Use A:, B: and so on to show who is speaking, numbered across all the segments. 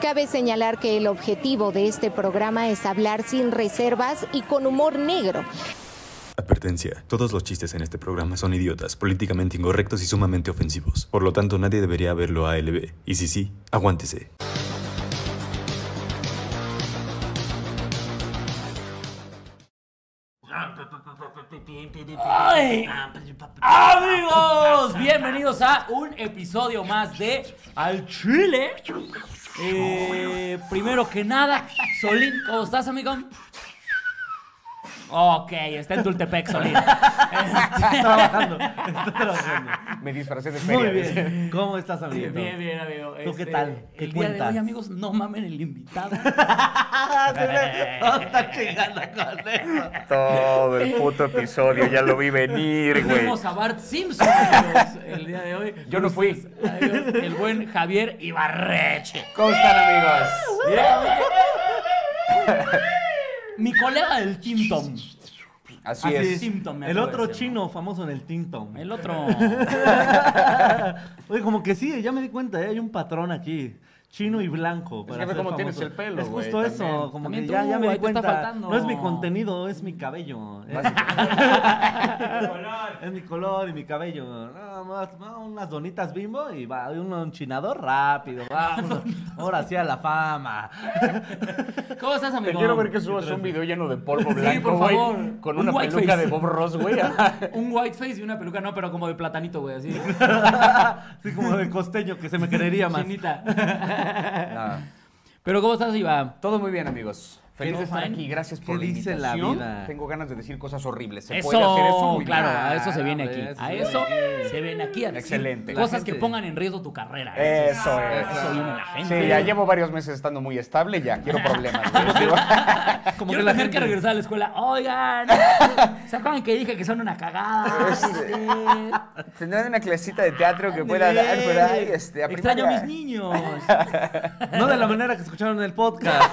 A: Cabe señalar que el objetivo de este programa es hablar sin reservas y con humor negro.
B: Advertencia. Todos los chistes en este programa son idiotas, políticamente incorrectos y sumamente ofensivos. Por lo tanto, nadie debería verlo a LB. Y si sí, aguántese.
C: ¡Ay! Amigos, bienvenidos a un episodio más de Al Chile. Eh, primero que nada, Solín, ¿cómo estás, amigo? Ok, está en Tultepec, Solín.
D: trabajando. Está trabajando.
C: Ah,
E: Me disfracé de
D: Muy
E: feria. dice.
D: bien. ¿Cómo estás, amiguito?
C: Bien, bien, amigo. Este,
D: ¿Tú qué tal? ¿Qué
C: el día
D: cuentas?
C: de hoy, amigos, no mamen el invitado.
D: Ah, se me- vamos a estar chingando con eso.
E: Todo el puto episodio, ya lo vi venir, güey.
C: Tenemos a Bart Simpson amigos, el día de hoy.
E: Yo no fui.
C: Amigos, El buen Javier Ibarreche.
E: ¿Cómo están,
C: Ah,
E: amigos?
C: Directamente. Mi colega del Kingdom.
E: Así,
C: Así
E: es.
C: es. Symptom, me
D: el
C: acabo de
D: otro
C: decir,
D: chino famoso en el Tintom.
C: El otro.
D: Oye, como que sí, ya me di cuenta, ¿eh? hay un patrón aquí. Chino y blanco.
E: que ve
D: ser
E: cómo tienes
D: famoso.
E: el pelo,
D: Es
E: güey,
D: justo eso,
E: también.
D: como
C: También
D: que ya,
C: tú,
D: ya me di
C: ahí te está
D: cuenta.
C: faltando.
D: No es mi contenido, es mi cabello. Es, es mi color y mi cabello. Nada más, no, unas donitas bimbo y va, un enchinador rápido. Vamos, ahora sí a la fama.
C: ¿Cómo estás,
E: Te
C: amigo?
E: quiero ver que subas un video lleno de polvo
C: Sí,
E: blanco,
C: por
E: güey.
C: favor.
E: con
C: Un
E: una
C: whiteface.
E: peluca de Bob Ross, güey.
C: Un whiteface y una peluca, no, pero como de platanito, güey, así.
D: Así como de costeño que se me querería más.
C: Chinita.
E: Nada.
C: Pero ¿cómo estás, Iván?
E: Todo muy bien, amigos. Feliz
C: ¿Qué
E: de estar
C: fan?
E: aquí, gracias por
D: ¿Qué
E: la
D: dice la
E: invitación.
D: vida?
E: Tengo ganas de decir cosas horribles. ¿Se
C: eso,
E: puede hacer eso? Muy
C: claro,
E: bien.
C: a eso se viene aquí.
D: Claro, eso
C: A
D: se
C: eso
D: viene aquí.
C: se viene aquí. a decir
E: Excelente. La
C: Cosas
D: gente-
C: que pongan en riesgo tu carrera.
E: Eso
C: es.
E: es.
C: Eso viene la gente.
E: Sí, ya llevo varios meses estando muy estable, ya quiero problemas. güey.
C: Como que la gente que regresar a la escuela. Oigan, ¿se acuerdan que dije que son una cagada?
E: Este,
C: Este,
E: Tendrán una clasita de teatro que pueda
D: Ándale.
E: dar por ahí. Este, aprender
C: Extraño a
E: a-
C: mis niños.
D: No de la manera que escucharon en el podcast.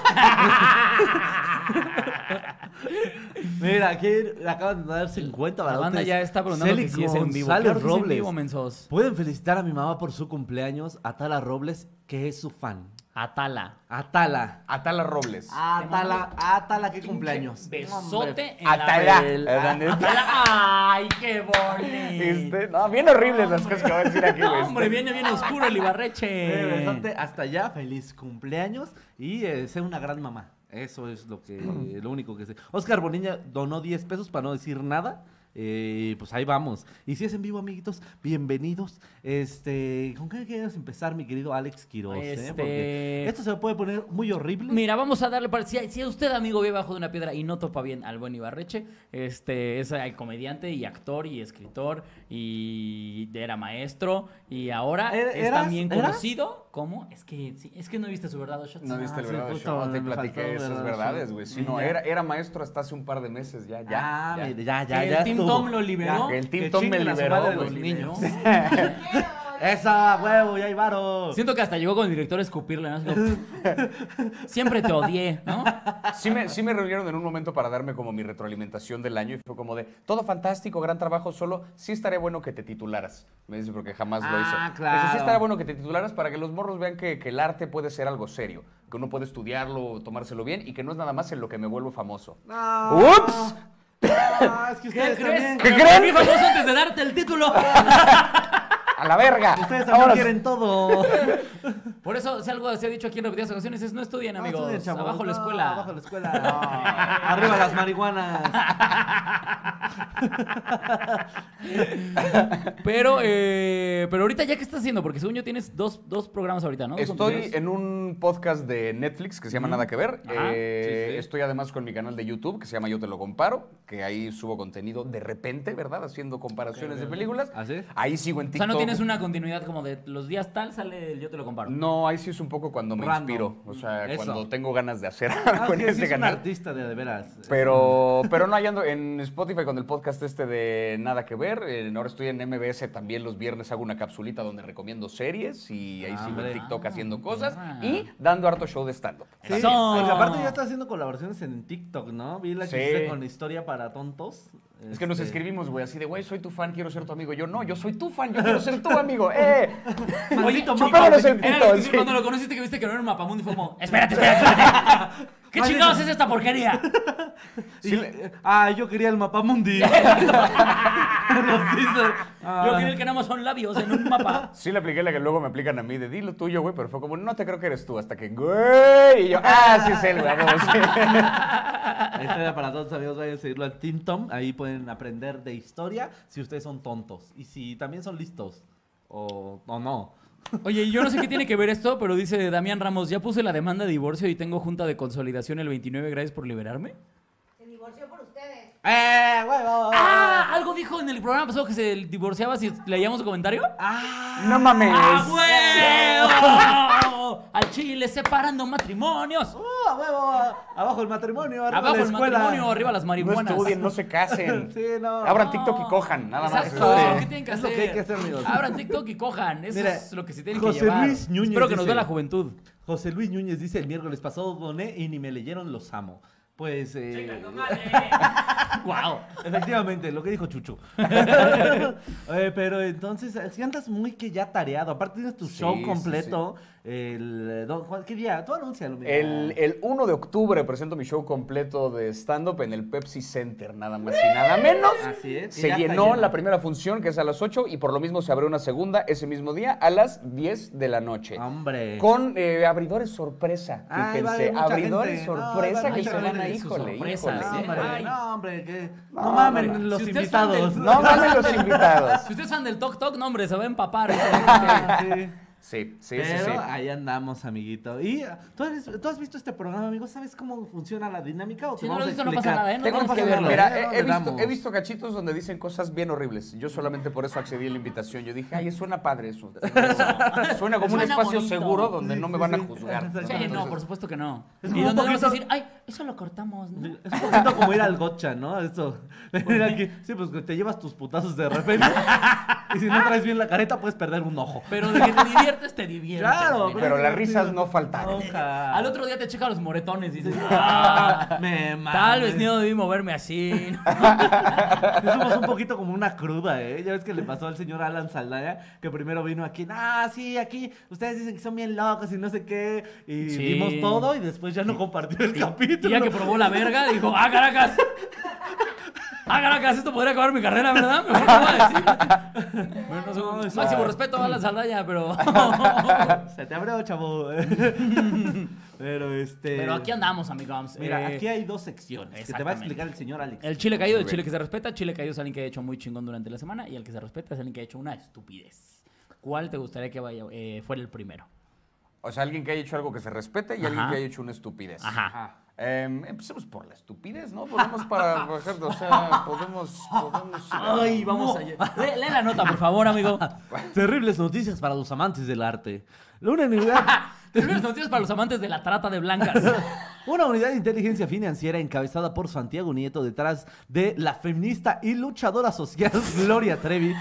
D: Mira, aquí acaban de dar 50
C: La
D: balones.
C: banda ya está preguntando que si es en
D: González
C: vivo. Claro que sí es en
D: Robles.
C: vivo, mensos.
D: Pueden felicitar a mi mamá por su cumpleaños, Atala Robles, que es su fan.
C: Atala.
D: Atala.
E: Atala Robles.
D: Atala, Atala, qué cumpleaños.
C: Besote en
E: Atala.
C: la
E: Atala.
C: Atala. Ay, qué bonito.
D: Eh,
E: Este, no, bien horribles las cosas que voy a decir aquí.
C: No,
E: güey.
C: hombre, viene bien oscuro el
D: Eh, besote
C: Ibarreche.
D: hasta allá, feliz cumpleaños y eh, sé una gran mamá. Eso es lo que lo único que sé. Oscar Bonilla donó 10 pesos para no decir nada. eh, pues ahí vamos. Y si es en vivo, amiguitos, bienvenidos. Este, ¿con qué quieres empezar, mi querido Alex Quiroz? eh?
C: Este-
D: Porque esto se puede poner muy horrible.
C: Mira, vamos a darle para. Si, si usted, amigo, vive bajo de una piedra y no topa bien al buen Ibarreche, este es eh, comediante y actor y escritor y era maestro y ahora
D: ¿Er-
C: es
D: eras-
C: también
D: eras?
C: conocido como. Es que sí, es que no viste su verdad, Shots.
E: No viste el
D: sí,
E: verdadero
D: justo,
E: show, te
D: me faltó
E: platiqué
D: el
E: esas
D: verdadero
E: verdades,
D: show.
E: güey.
D: Y
E: Sí, no,
D: ya.
E: era, era maestro hasta hace un par de meses, ya, ya.
D: Ah,
E: ya.
D: mira, ya, ya,
C: Que
D: ya
C: el Team
D: estuvo.
C: Tom lo liberó.
D: Ya.
E: El Team
D: Que
E: Tom me
D: chinguen a su
E: liberó,
D: madre los
E: güey.
D: niños. Esa, huevo, ya hay varo.
C: Ah, Siento que hasta llegó con el director a escupirle, ¿no? Así como, Siempre te odié, ¿no?
E: Sí me, sí me reunieron en un momento para darme como mi retroalimentación del año y fue como de, todo fantástico, gran trabajo, solo sí estaría bueno que te titularas. Me dice, porque jamás lo
D: Ah,
E: hizo.
D: claro.
E: Dice, sí estaría bueno que te titularas para que los morros vean que, que el arte puede ser algo serio, que uno puede estudiarlo, tomárselo bien y que no es nada más en lo que me vuelvo famoso.
D: No,
E: ¡Ups!
D: no, es que
C: ¿Qué
D: ustedes
C: crees?
D: también.
E: ¿Qué
C: Me
E: creen?
C: volví famoso antes de darte el título.
E: ¡A la verga!
D: Ustedes también
E: Ahora sí.
D: quieren todo.
C: Por eso, si algo se ha dicho aquí en repetidas ocasiones, es no estudien,
D: No,
C: amigos.
D: estudien, chavos,
C: abajo la
D: no,
C: escuela.
D: Abajo la escuela. Arriba las marihuanas.
C: Pero, eh, pero ahorita, ¿ya qué estás haciendo? Porque según yo tienes dos, dos programas
D: Ah,
C: ahorita, ¿no? Dos
E: Estoy
C: contenidos.
E: en un podcast de Netflix que se llama Nada que ver.
C: Ajá,
E: Eh,
C: sí, sí.
E: Estoy además con mi canal de YouTube que se llama Yo te lo comparo, que ahí subo contenido de repente, ¿verdad? Haciendo comparaciones de películas.
D: ¿Ah, sí?
E: Ahí sigo en
C: O
E: TikTok.
C: sea, no tienes una continuidad como de los días tal sale el yo te lo comparo.
E: No, ahí sí es un poco cuando me
D: Random.
E: inspiro, o sea,
D: Eso.
E: cuando tengo ganas de hacer
D: Ah,
E: algo
D: es
E: en
D: que sí
E: ese
D: es un
E: canal.
D: artista de, de veras.
E: Pero, pero no, ahí ando en Spotify con el podcast este de Nada que ver. Eh, ahora estoy en MBS también los viernes hago una capsulita donde recomiendo series y ahí
D: Ah,
E: sigo
D: hombre.
E: en TikTok haciendo cosas
C: perra.
E: y dando harto show de stand-up.
D: Sí,
C: Eso.
D: porque aparte ya está haciendo colaboraciones en TikTok, ¿no? Vi la que
E: Sí.
D: hiciste con historia para tontos.
E: Es que nos
D: Este,
E: escribimos, güey, así de, güey, soy tu fan, quiero ser tu amigo. Yo no, yo soy tu fan, yo quiero ser y tú, amigo. ¡Eh!
D: Maldito
C: Oye,
D: mapa.
E: chupámonos el
C: Era
E: pito.
C: lo que-
E: sí.
C: Cuando lo conociste que viste que no era un mapamundo y fue como, espérate, espérate, espérate. ¿Qué
D: Vale.
C: chingados es esta porquería?
D: Y le- Ah, yo quería el mapa mundi.
C: Yo creo que nada más son labios en un mapa.
E: Sí le apliqué la que luego me aplican a mí de dilo tuyo, güey, pero fue como, no te creo que eres tú, hasta que, güey, y yo, ah, sí es él, güey, a huevo, sí.
D: Esta era para todos amigos, vayan a seguirlo al Team Tom. Ahí pueden aprender de historia si ustedes son tontos. Y si también son listos. O, o no.
C: Oye, y yo no sé qué tiene que ver esto, pero dice Damián Ramos, ya puse la demanda de divorcio y tengo junta de consolidación el 29, gracias por liberarme.
A: Se divorció por ustedes.
D: ¡Eh, huevo!
C: Ah, algo dijo en el programa pasado que se divorciaba si leíamos su comentario.
E: No mames.
C: ¡Ah, huevo! Al Chile separando matrimonios.
D: ¡Uh, a huevo! Abajo el matrimonio, arriba
C: Abajo
D: la
C: el
D: escuela.
C: matrimonio, arriba las
E: No
C: marihuanas.
E: estudien, no se casen.
D: Sí, no.
E: Abran
C: No.
E: TikTok y cojan, nada más. Este,
C: Exacto,
E: Sí.
C: es lo que tienen que
D: Es
C: hacer.
D: lo que hay que hacer, amigos.
C: Abran TikTok y cojan. Eso
D: Mira,
C: es lo que se tienen
D: José
C: que llevar.
D: Luis Núñez
C: Espero que nos
D: dice-
C: vea la juventud.
D: José Luis Núñez dice: el miércoles pasado doné y ni me leyeron, los amo. Pues. Eh,
C: wow.
D: Efectivamente, lo que dijo Chuchu. Eh, pero entonces, si andas muy que ya tareado, aparte tienes tu
E: Sí,
D: show
E: sí,
D: completo, el... ¿dó- cuál- ¿Qué día? Tú anúncialo. mira.
E: El, eh, el 1 de octubre presento mi show completo de stand-up en el Pepsi Center, nada más y nada menos.
D: Así es, y
E: Se
D: ya está
E: llenó
D: lleno.
E: la primera función, que es a las 8, y por lo mismo se abrió una segunda ese mismo día a las 10 de la noche.
D: Ah, Hombre.
E: Con eh, abridores sorpresa,
D: Ay,
E: fíjense.
D: va a haber mucha
E: abridores
D: gente. No,
E: sorpresa
D: va a haber
E: que
D: mucha
E: se van a,
D: gente.
E: híjole,
D: No,
C: Sorpresa, sí.
E: híjole.
D: hombre,
C: Ay.
D: no, hombre, que... No,
E: No,
D: mamen,
E: no,
D: los
C: Si ustedes son
D: invitados.
C: del-
E: No mames los invitados.
C: Si ustedes fan del Tok Tok, no, hombre, se va a empapar.
D: Ah, sí.
E: Sí, sí, sí,
D: Pero
E: sí.
D: ahí andamos, amiguito. ¿Y ah, ¿tú, eres- tú has visto este programa, amigo? ¿Sabes cómo funciona la dinámica? ¿O te
C: Si no
D: vamos a
C: lo has visto, no pasa
D: explicar?
C: nada, ¿eh? No
E: Tengo
C: pasa
E: que
C: nada.
E: ver,
C: verlo.
E: mira, he,
D: Le
E: he visto,
D: damos.
E: he visto cachitos donde dicen cosas bien horribles. Yo solamente por eso accedí a la invitación. Yo dije, ay, suena padre eso. Suena como un
C: Suena
E: espacio
C: bonito.
E: seguro donde no me
D: sí,
E: van a
D: sí.
E: juzgar.
D: Sí,
C: Sí, no,
E: Entonces,
C: por supuesto que no.
D: Es
C: y
D: un
C: donde vamos a
D: poquito-
C: decir, ay, eso lo cortamos, ¿no?
D: Es un poquito como ir al gocha, ¿no? Eso. Ir aquí. Sí, pues que te llevas tus putazos de repente. y si no traes bien la careta, puedes perder un ojo.
C: Pero de que te diviertes, te diviertes.
D: Claro,
C: mira.
E: Pero las risas no faltaron.
D: Ojalá.
C: Al otro día te checa los moretones y dices, "Ah,
D: Me mames.
C: tal vez no debí moverme así.
D: Sí, Somos un poquito como una cruda, ¿eh? Ya ves que le pasó al señor Alan Saldaña, que primero vino aquí. Ah, sí, aquí. Ustedes dicen que son bien locos y no sé qué. Y
C: Sí.
D: vimos todo y después ya no compartió el
C: Y
D: capítulo.
C: ya que probó la verga, dijo, ah, caracas. Ah, caracas, esto podría acabar mi carrera, ¿verdad? Mejor no voy a decir. Bueno, no sé, máximo respeto a la Saldaña, pero...
D: Se te abrió, chavo. Pero este.
C: pero aquí andamos, amigos.
D: Mira,
C: Eh,
D: aquí hay dos secciones que te va a
C: exactamente.
D: explicar el señor Alex.
C: El chile caído, el chile que se respeta. Chile caído es alguien que ha hecho muy chingón durante la semana y el que se respeta es alguien que ha hecho una estupidez. ¿Cuál te gustaría que vaya, eh, fuera el primero?
E: O sea, alguien que haya hecho algo que se respete y alguien
C: Ajá.
E: que haya hecho una estupidez.
C: Ajá.
D: Ajá.
E: Em, empecemos por la estupidez, ¿no? Podemos para, por ejemplo, o sea, podemos, podemos.
C: Ay, vamos a... Lee, lee la nota, por favor, amigo.
D: Terribles noticias para los amantes del arte. La Una unidad,
C: Terribles noticias para los amantes de la trata de blancas.
D: una unidad de inteligencia financiera encabezada por Santiago Nieto detrás de la feminista y luchadora social Gloria Trevi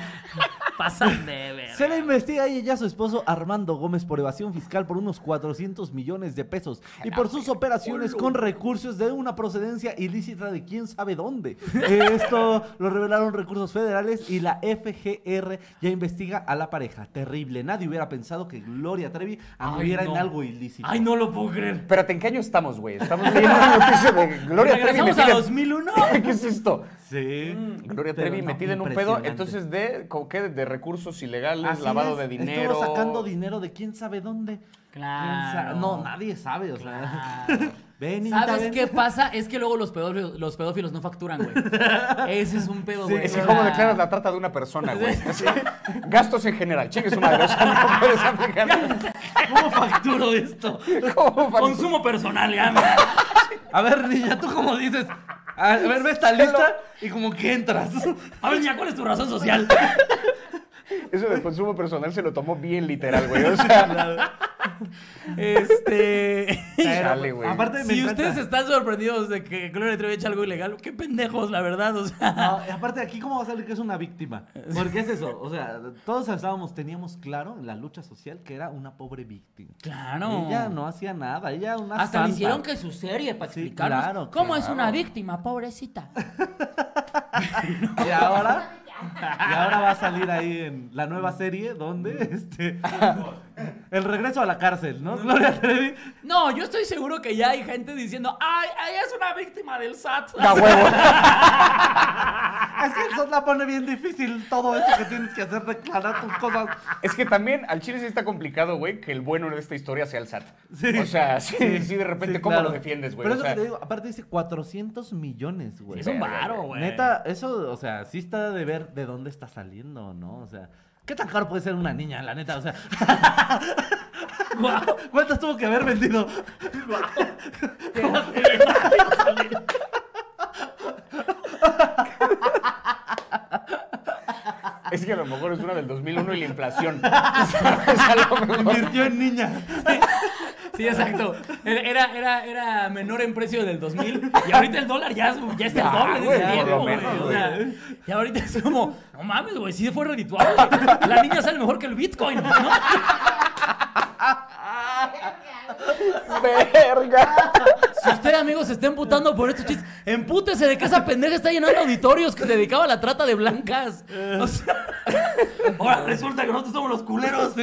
C: Pasan de ver.
D: se le investiga a ella y a su esposo Armando Gómez por evasión fiscal por unos 400 millones de pesos y por sus operaciones con recursos de una procedencia ilícita de quién sabe dónde. Eh, Esto lo revelaron recursos federales y la FGR ya investiga a la pareja. Terrible, nadie hubiera pensado que Gloria Trevi anduviera
C: no.
D: en algo ilícito.
C: Ay, no lo puedo creer.
E: Espérate, ¿en qué año estamos, güey? Estamos leyendo una noticia de Gloria Trevi
C: Regresamos a
E: metida-
C: 2001.
E: ¿Qué es esto?
D: Sí.
E: Mm. Gloria
D: Pero
E: Trevi
D: no,
E: metida en un pedo,
D: impresionante.
E: entonces de ¿con qué? De recursos ilegales,
D: Así
E: lavado
D: es,
E: de dinero. Ah,
D: Estuvo sacando dinero de quién sabe dónde.
C: Claro.
D: Quién sa- No, nadie sabe, o sea. Ven, niñita,
C: ¿Sabes
D: ven.
C: qué pasa? Es que luego los pedófilos, los pedófilos no facturan, güey. Ese es un pedo,
D: Sí,
C: güey.
E: Es
C: O
E: que
C: sea,
E: como declaras la trata de una persona, güey. Así, Gastos en general, chingue su madre, o sea, no puedes aplicar.
D: ¿Cómo facturo esto?
E: ¿Cómo fa-
C: Consumo personal, ya. mira.
D: A ver, niña, tú como dices. A ver, ve esta lista y como que entras.
C: A ver, niña, ¿cuál es tu razón social?
E: Eso de consumo personal se lo tomó bien literal, güey. O sea,
C: Este.
E: Chale, güey.
D: Aparte, me
C: Si
D: encanta.
C: ustedes están sorprendidos de que Gloria Trevi ha hecho algo ilegal, qué pendejos, la verdad. O sea,
D: No, y aparte aquí cómo va a salir que es una víctima. Porque es eso, o sea, todos estábamos, teníamos claro en la lucha social que era una pobre víctima.
C: claro.
D: Ella no hacía nada, ella una
C: Hasta
D: santa.
C: le hicieron que su serie para
D: Sí,
C: explicarnos
D: claro,
C: cómo es
E: claro.
C: una víctima, pobrecita.
D: Y ahora Y ahora va a salir ahí en la nueva serie donde este el regreso a la cárcel, ¿no? Gloria Trevi.
C: No, yo estoy seguro que ya hay gente diciendo, ay, ella es una víctima del SAT.
E: ¡A huevo!
D: Es que el SAT la pone bien difícil todo eso que tienes que hacer declarar tus cosas.
E: Es que también al Chile sí está complicado, güey, que el bueno de esta historia sea el SAT.
D: Sí.
E: O sea, sí, sí, de repente,
D: Sí,
E: ¿cómo
D: claro.
E: lo defiendes, güey?
D: Pero
E: O
D: eso
E: sea,
D: que te digo, aparte dice 400 millones, güey.
C: Es un
E: Verga,
C: varo, güey.
D: Neta, eso, o sea, sí está de ver de dónde está saliendo, ¿no? O sea, ¿qué tan caro puede ser una niña, la neta? O sea,
C: Guau.
D: ¿cuántas tuvo que haber vendido?
E: es que a lo mejor es una del 2001 y la inflación. ¿Sabes? A lo mejor.
D: Invirtió en niña.
C: Sí, exacto. Era, era, era, era menor en precio del 2000 y ahorita el dólar ya, es- ya es el
E: Ya,
C: doble de
E: güey,
C: ese
E: por
C: tiempo,
E: lo
C: güey.
E: menos,
C: O sea, y ahorita es como, no mames, güey, sí fue redituable. La niña sale mejor que el Bitcoin, ¿no?
E: ¡Verga!
C: Si usted, amigos, se está emputando por estos chistes, empútese de que esa pendeja está llenando auditorios que se dedicaba a la trata de blancas. O sea, ahora resulta que nosotros somos los culeros.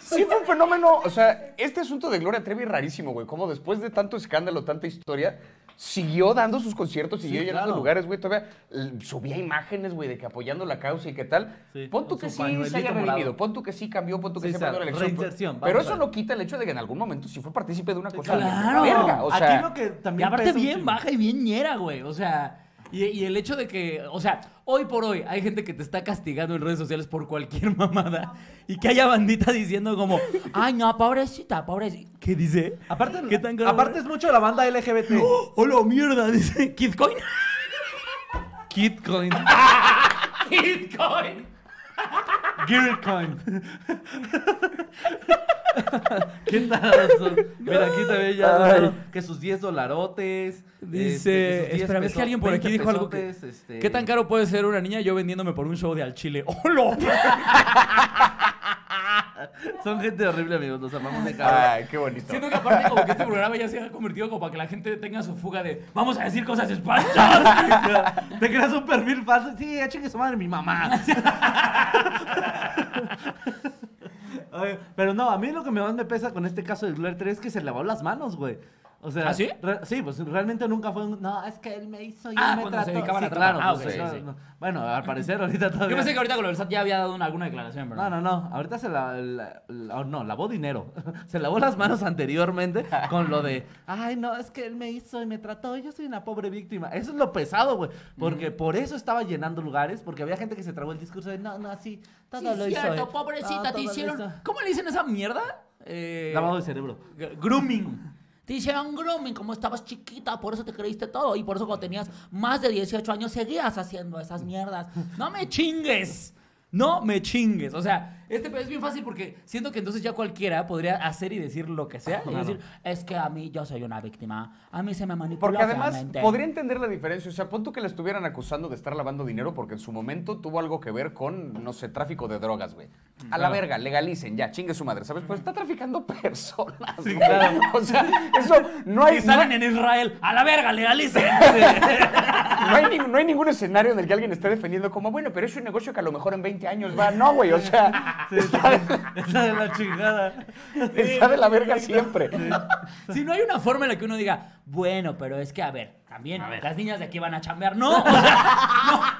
E: Sí, fue un fenómeno. O sea, este asunto de Gloria Trevi es rarísimo, güey. Como después de tanto escándalo, tanta historia, siguió dando sus conciertos, siguió llenando
D: claro.
E: lugares, güey. Todavía eh, subía imágenes, güey, de que apoyando la causa y qué tal.
D: Sí,
E: pon tú
D: con
E: que
D: su
E: sí se
D: pañuelito
E: haya
D: morado.
E: redimido, pon tú que sí cambió, pon tú que
D: Sí,
E: se
D: o sea,
E: perdió la elección.
D: reinserción,
E: Pero,
D: vamos
E: eso
D: para-
E: no quita el hecho de que en algún momento sí fue partícipe de una cosa de
C: Claro.
E: verga. O sea,
D: Aquí lo que
C: Y
D: también.
C: aparte
D: pesa un
C: bien
D: chingo.
C: baja y bien ñera, güey. O sea, y, y el hecho de que, o sea, hoy por hoy hay gente que te está castigando en redes sociales por cualquier mamada y que haya bandita diciendo como, ay, no, pobrecita, pobrecita. ¿Qué dice?
D: Aparte,
C: ¿Qué tan grave?
D: aparte es mucho la banda LGBT.
C: ¡Oh, hola, mierda! Dice, ¿Kidcoin?
D: Kitcoin.
C: ¡Kidcoin!
D: Girlcoin. ¿Qué tal? son? Mira, aquí también ya anunciaron que sus 10 dolarotes. este,
C: Dice, espera, ves que alguien por aquí dijo algo que... ¿Qué tan caro puede ser una niña yo vendiéndome por un show de al chile? ¡Oh, ¡Hola!
D: Son gente horrible, amigos. Nos amamos
C: Ah.
D: de cara.
E: Ay, qué bonito.
C: Siento que aparte como que este programa ya se ha convertido como para que la gente tenga su fuga de vamos a decir cosas espantas.
D: Te creas un perfil falso. Sí, ya chingue su madre, mi mamá. Ay, Pero no, a mí lo que me más me pesa con este caso de Gloria 3 es que se lavó las manos, güey. O sea,
C: ¿Ah, sí?
D: re- sí, pues realmente nunca fue un. No, es que él me hizo. Yo
C: Ah,
D: me
C: cuando se
D: trató".
C: dedicaban
D: Sí,
C: a tratar.
D: claro,
C: Ah,
D: pues,
C: ok,
D: no,
C: sí, sí.
D: no. Bueno, al parecer ahorita todavía.
C: Yo pensé que ahorita con lo del SAT ya había dado una- alguna declaración, pero
D: No, no, no. Ahorita se la, la- la- oh, no, lavó dinero. se lavó las manos anteriormente con lo de, ay, no, es que él me hizo y me trató, yo soy una pobre víctima. Eso es lo pesado, güey. Porque por eso estaba llenando lugares, porque había gente que se trabó el discurso de, no, no, sí, todo lo hizo. él. No, todo lo hizo".
C: ¿Cómo le dicen esa mierda? Eh,
D: Lavado de cerebro.
C: gr- grooming. Te hicieron grooming, como estabas chiquita, por eso te creíste todo. Y por eso cuando tenías más de 18 años seguías haciendo esas mierdas. No me chingues. No me chingues. O sea, este pedo es bien fácil porque siento que entonces ya cualquiera podría hacer y decir lo que sea. Y decir, es que a mí yo soy una víctima. A mí se me manipuló.
E: Porque además
C: feamente".
E: podría entender la diferencia. O sea, pon tú que la estuvieran acusando de estar lavando dinero porque en su momento tuvo algo que ver con, no sé, tráfico de drogas, güey. A la verga, legalicen, ya, chingue su madre, ¿sabes? Pues está traficando personas, güey. O sea, eso no hay,
C: Y
E: no,
C: salen en Israel. A la verga, legalicen.
E: no hay ning- no hay ningún escenario en el que alguien esté defendiendo como, bueno, pero es un negocio que a lo mejor en 20 años va. No, güey, o sea,
C: Ah.
D: Sí, sí, sí. Esa de la chingada.
E: está de la verga siempre.
C: Si no hay una forma en la que uno diga, bueno, pero es que, a ver, también las niñas de aquí van a chambear. No, o sea,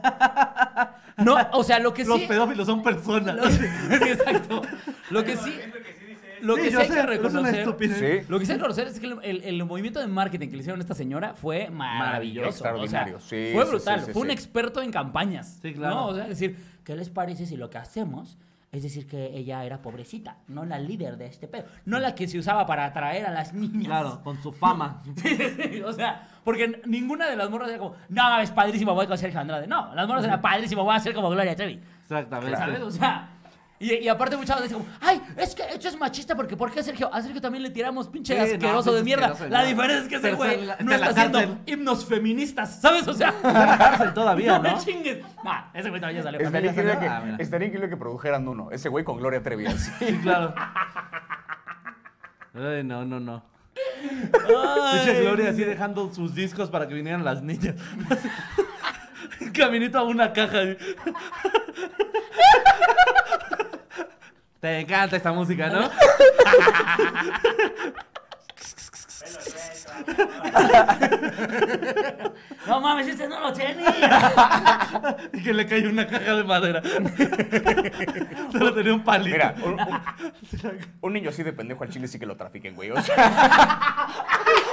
C: no, no. No, o sea, lo que
D: Los
C: sí.
D: pedófilos son personas.
C: lo- sí, exacto. Lo que sí. Lo
D: Sí,
C: que sí
D: yo
C: hay
D: sé,
C: que
D: pero es una
C: reconocer.
D: estupidez.
E: Sí.
C: Lo que sí hay que reconocer es que el, el- el movimiento de marketing que le hicieron a esta señora fue maravilloso.
E: Extraordinario,
C: O sea,
E: sí,
C: fue
E: sí,
C: brutal.
E: sí, sí,
C: fue un
E: sí.
C: experto en campañas.
D: Sí, claro.
C: ¿no? O sea, decir, ¿qué les parece si lo que hacemos es decir que ella era pobrecita, no la líder de este pedo, no la que se usaba para atraer a las niñas?
D: Claro, con su fama.
C: Sí, sí, sí, o sea, porque ninguna de las morras era como, no mames, padrísimo, voy con Sergio Andrade. No, las morras eran padrísimo, voy a ser como Gloria Trevi.
D: Exactamente.
C: ¿Sabes? O sea. Y, y aparte muchas veces como, ay, es que esto es machista porque ¿por qué a Sergio? A Sergio también le tiramos pinche
D: Sí, no,
C: asqueroso
D: pinche
C: de mierda.
D: asqueroso de
C: la
D: mierda.
C: diferencia es que ese
D: Pero está
C: güey
D: en la- está en
C: no está
D: la
C: haciendo
D: cárcel.
C: himnos feministas, ¿sabes? O sea,
D: la cárcel todavía,
C: no me
D: ¿no?
C: chingues. Nah, ese güey todavía sale.
D: Es- ya
E: Estaría increíble,
D: salió. Ah, mira.
E: que, estaría increíble que produjeran uno, ese güey con Gloria Trevi así.
D: Sí, claro. Ay, no, no, no. Dice Gloria así dejando sus discos para que vinieran las niñas. Caminito a una caja. así. Te encanta esta música, ¿no?
C: No mames, este no lo tenía.
D: Y que le cayó una caja de madera. Solo tenía un palito.
E: Mira, un, un- un niño así de pendejo al chile sí que lo trafiquen, güey. O sea,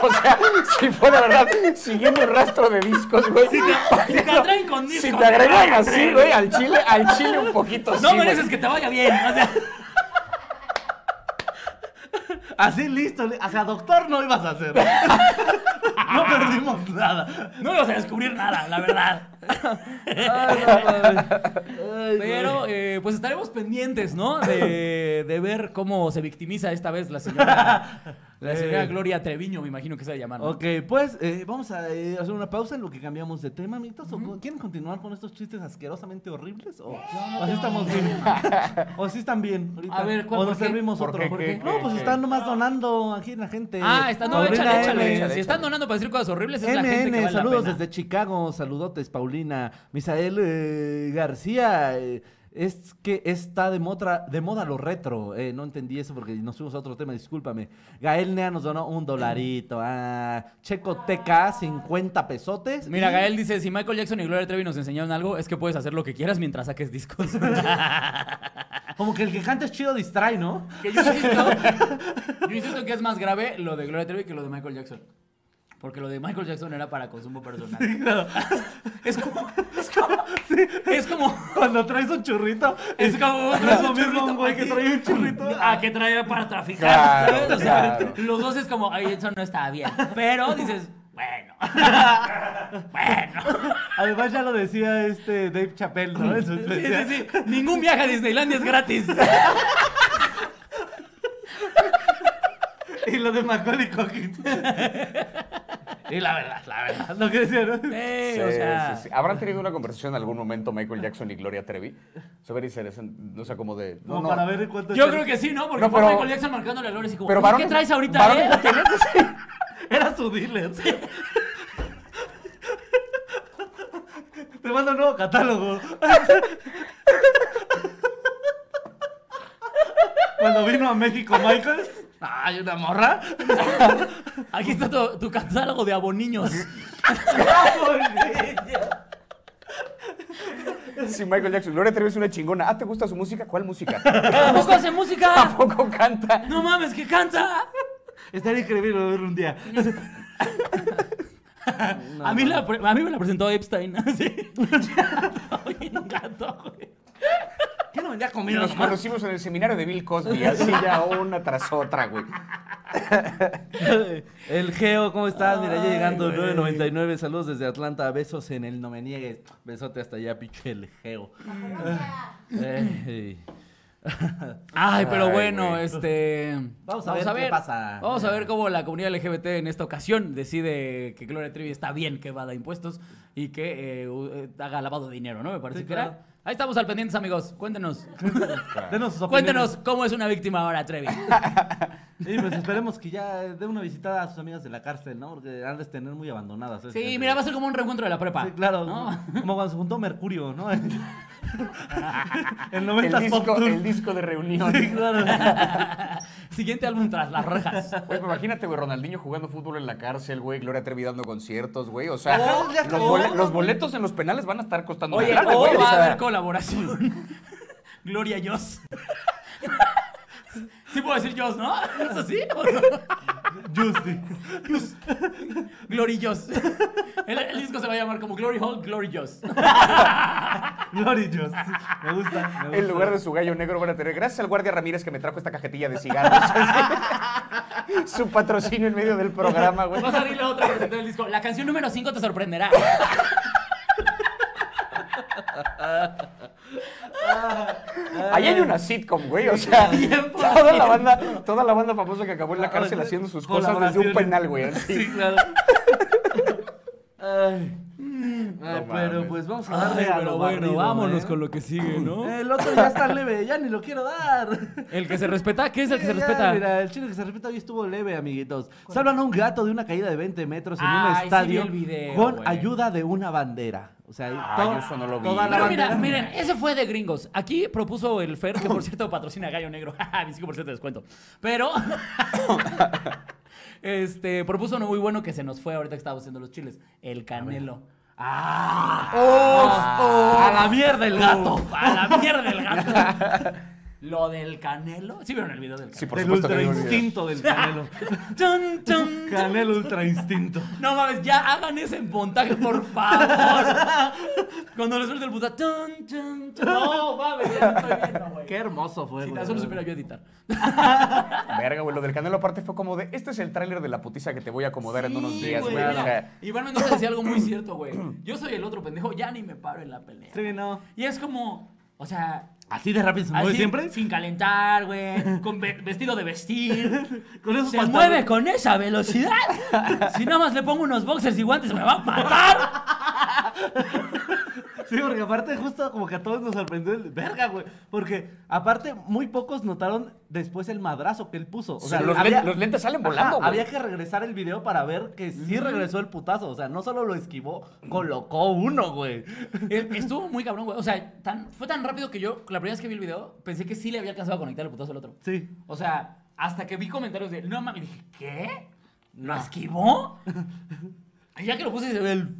E: o sea, si fue la verdad, siguiendo el rastro de discos, güey. Si te,
C: atraen con
E: Si
C: discos,
E: te agregan
C: güey,
E: así, güey, al chile, al chile un poquito
C: No
E: sí, güey.
C: mereces que te vaya bien. O sea,
D: Así listo. li- O sea, doctor no ibas a hacer. No perdimos nada.
C: no ibas a descubrir nada, la verdad. Pero, eh, pues estaremos pendientes, ¿no? De, de ver cómo se victimiza esta vez la señora, la señora
D: Eh.
C: Gloria Treviño, me imagino que se va a llamar. ¿no?
D: Ok, pues eh, vamos a eh, hacer una pausa en lo que cambiamos de tema, amiguitos. ¿O co- ¿Quieren continuar con estos chistes asquerosamente horribles? ¿O, o así estamos bien? ¿O sí están bien? ahorita?
C: A ver, ¿cuál-
D: ¿O
C: por
D: nos
C: qué?
D: servimos
E: ¿Por
D: otro?
E: qué? ¿Qué?
D: No,
E: ¿Qué?
D: pues
E: ¿Qué?
D: están nomás donando aquí en la gente.
C: Ah, está, no,
D: Paulina
C: échale, échale,
D: M.
C: échale. Si están donando para decir cosas horribles, es la gente
D: MN,
C: que vale la
D: saludos
C: pena.
D: desde Chicago, saludotes Paulina, Misael eh, García. eh, es que está de, moda de moda lo retro. eh, no entendí eso porque nos fuimos a otro tema, discúlpame. Gael Nea nos donó un dolarito. Ah, Checo TK, 50 pesotes.
C: Mira,
D: y-
C: Gael dice, si Michael Jackson y Gloria Trevi nos enseñaron algo, es que puedes hacer lo que quieras mientras saques discos.
D: Como que el que canta es chido distrae, ¿no?
C: que yo insisto, yo insisto que es más grave lo de Gloria Trevi que lo de Michael Jackson. Porque lo de Michael Jackson era para consumo personal. es como... Es como... Es como...
D: Cuando traes un churrito,
C: Es como
D: es lo mismo un güey que trae un churrito.
C: Ah, que traía para traficar.
E: Claro,
C: ¿sabes? O sea,
E: claro.
C: Los dos es como, ay, eso no está bien. Pero dices, bueno. bueno.
D: Además ya lo decía este Dave Chappelle, ¿no? En su
C: Sí,
D: especial.
C: sí, sí. Ningún viaje a Disneylandia es gratis.
D: Y lo de Macaulay Culkin. y la verdad, la verdad. Lo que decía, ¿no?
C: Sí,
E: Sí,
C: o sea.
E: sí, sí. ¿Habrán tenido una conversación en algún momento Michael Jackson y Gloria Trevi? Se ve interesante, no sé, como de... No,
D: Como
E: no.
D: para ver cuánto
C: Yo
D: está-
C: creo que sí, ¿no? Porque
E: No,
C: fue
E: pero-
C: Michael Jackson marcándole a Lores y como,
E: Pero
C: "Uy,
E: varón-
C: ¿qué traes ahorita,
E: varón
C: eh?
E: que tienes, sí.
D: Era su dealer. Te mando un nuevo catálogo. Cuando vino a México Michael. ¡Ay, una morra!
C: Aquí está tu, tu catálogo de aboniños.
E: Sí, Michael Jackson. Gloria Trevi es una chingona. Ah, ¿te gusta su música? ¿Cuál música?
C: ¡Tampoco hace música!
E: Tampoco canta.
C: ¡No mames, que canta!
D: Estaría increíble verlo un día.
C: a, mí la pre- a mí me la presentó Epstein. Así. Oye, un gato, güey.
D: ¿Qué no vendía
E: Y
D: comida?
E: nos conocimos en el seminario de Bill Cosby, así ya una tras otra, güey.
D: El Geo, ¿cómo estás? Mira, ya llegando
C: güey.
D: 999. Saludos desde Atlanta. Besos en el No Me Niegues. Besote hasta allá, pinche el Geo. Eh,
C: Ay, pero
E: Ay,
C: bueno,
E: güey.
C: este.
D: Vamos a ver qué pasa.
C: Vamos a ver cómo la comunidad LGBT en esta ocasión decide que Gloria Trevi está bien que evada impuestos y que eh, u- eh, haga lavado de dinero, ¿no? Me parece
D: Sí,
C: que
D: claro.
C: era. Ahí estamos al pendientes, amigos. Cuéntenos.
D: Denos sus opiniones.
C: Cuéntenos cómo es una víctima ahora, Trevi.
D: Y pues esperemos que ya dé una visitada a sus amigas de la cárcel, ¿no? Porque han de tener muy abandonadas. ¿eh?
C: Sí, mira, va a ser como un reencuentro de la prepa.
D: Sí, claro.
C: ¿no?
D: Como cuando se juntó Mercurio, ¿no? En el
E: El
D: 90 Pop
E: disco,
D: Tour.
E: el disco de reunión.
D: Sí, claro.
C: Siguiente álbum tras las rejas.
E: Güey, pero imagínate, güey, Ronaldinho jugando fútbol en la cárcel, güey, Gloria Trevi dando conciertos, güey. O sea,
D: Oh, ya
E: los,
D: acabó.
E: bole- los boletos en los penales van a estar costando
C: Oye,
E: una lana,
C: o
E: güey, o
C: va a
E: sea,
C: haber colaboración. Gloria Joss. Sí puedo decir Joss, ¿no? ¿Eso sí? ¿O no?
D: Justy.
C: Glory Joss. El, el disco se va a llamar como Glory Hall, Glory Joss.
D: Glory Just. Me gusta. me gusta.
E: En lugar de su gallo negro van a tener, gracias al guardia Ramírez que me trajo esta cajetilla de cigarros. su patrocinio en medio del programa, güey.
C: Va a salir la otra presentando el disco. La canción número 5 te sorprenderá.
E: Ahí hay una sitcom, güey. O sea,
C: bien por
E: toda la banda, toda la banda famosa que acabó en la
D: Ah,
E: cárcel haciendo sus cosas desde un
D: Colaboraciones.
E: penal, güey. así.
D: Sí, claro. Ay. Ay,
E: No
D: pero
E: mames.
D: pues vamos a
F: Ay,
D: darle a
F: pero
D: lo
F: bueno,
D: barrido,
F: vámonos
D: ¿eh?
F: con lo que sigue, ¿no?
D: El otro ya está leve, ya ni lo quiero dar.
F: El que se respeta, ¿qué es el que se
D: Ya,
F: respeta?
D: Mira, el chino que se respeta hoy estuvo leve, amiguitos. Salvan a un gato de una caída de 20 metros en
C: Ay,
D: un
C: sí vi
D: estadio
C: el video,
D: con
C: güey.
D: ayuda de una bandera. O sea,
E: Ay, Ah, yo eso no lo vi.
D: toda la
C: Pero mira,
D: bandera.
C: miren, ese fue de gringos. Aquí propuso el Fer, que por cierto patrocina a Gallo Negro. Ah, 25% de descuento. Pero. este, propuso uno muy bueno que se nos fue ahorita que estábamos haciendo los chiles. El canelo.
D: ¡Ah!
E: Oh,
D: Oh,
C: a la mierda el gato. A la mierda el gato. Lo del canelo. Sí, vieron el video del canelo.
E: Sí, por
D: El
E: supuesto que
D: ultra
E: lo vi.
D: instinto del Canelo.
C: Chun, chun, chun.
D: Canelo ultra instinto.
C: No mames, ya hagan ese montaje, por favor. Cuando les suelte el puta. Chun, chun, chun. No mames, ya lo estoy viendo, güey.
D: Qué hermoso fue.
C: Si
D: güey.
C: tan solo supiera yo editar.
E: Verga, güey, lo del Canelo aparte fue como de, este es el tráiler de la putiza que te voy a acomodar en unos
C: Sí,
E: días,
C: güey,
E: güey. O
C: mira,
E: sea,
C: Iván Mendoza decía algo muy cierto, güey. Yo soy el otro pendejo, ya ni me paro en la pelea.
D: Sí, no.
C: Y es como, o sea,
D: Así de rápido se mueve
C: así,
D: siempre.
C: sin calentar, güey, con ve- vestido de vestir.
D: Con esos
C: Se
D: pantalones.
C: mueve con esa velocidad. Si nada más le pongo unos boxers y guantes, me va a matar.
D: Sí, porque aparte justo como que a todos nos sorprendió el verga, güey. Porque aparte muy pocos notaron después el madrazo que él puso. O sea,
E: Sí, los
D: había-
E: len- los lentes salen volando, güey.
D: Había que regresar el video para ver que sí regresó el putazo. O sea, no solo lo esquivó, colocó uno, güey.
C: Eh, Estuvo muy cabrón, güey. O sea, tan- fue tan rápido que yo, la primera vez que vi el video, pensé que sí le había alcanzado a conectar el putazo al otro.
D: Sí.
C: O sea, hasta que vi comentarios de, no mames, dije, ¿qué? ¿Lo
E: Ah.
C: esquivó? Y ya que lo puse, se ve el...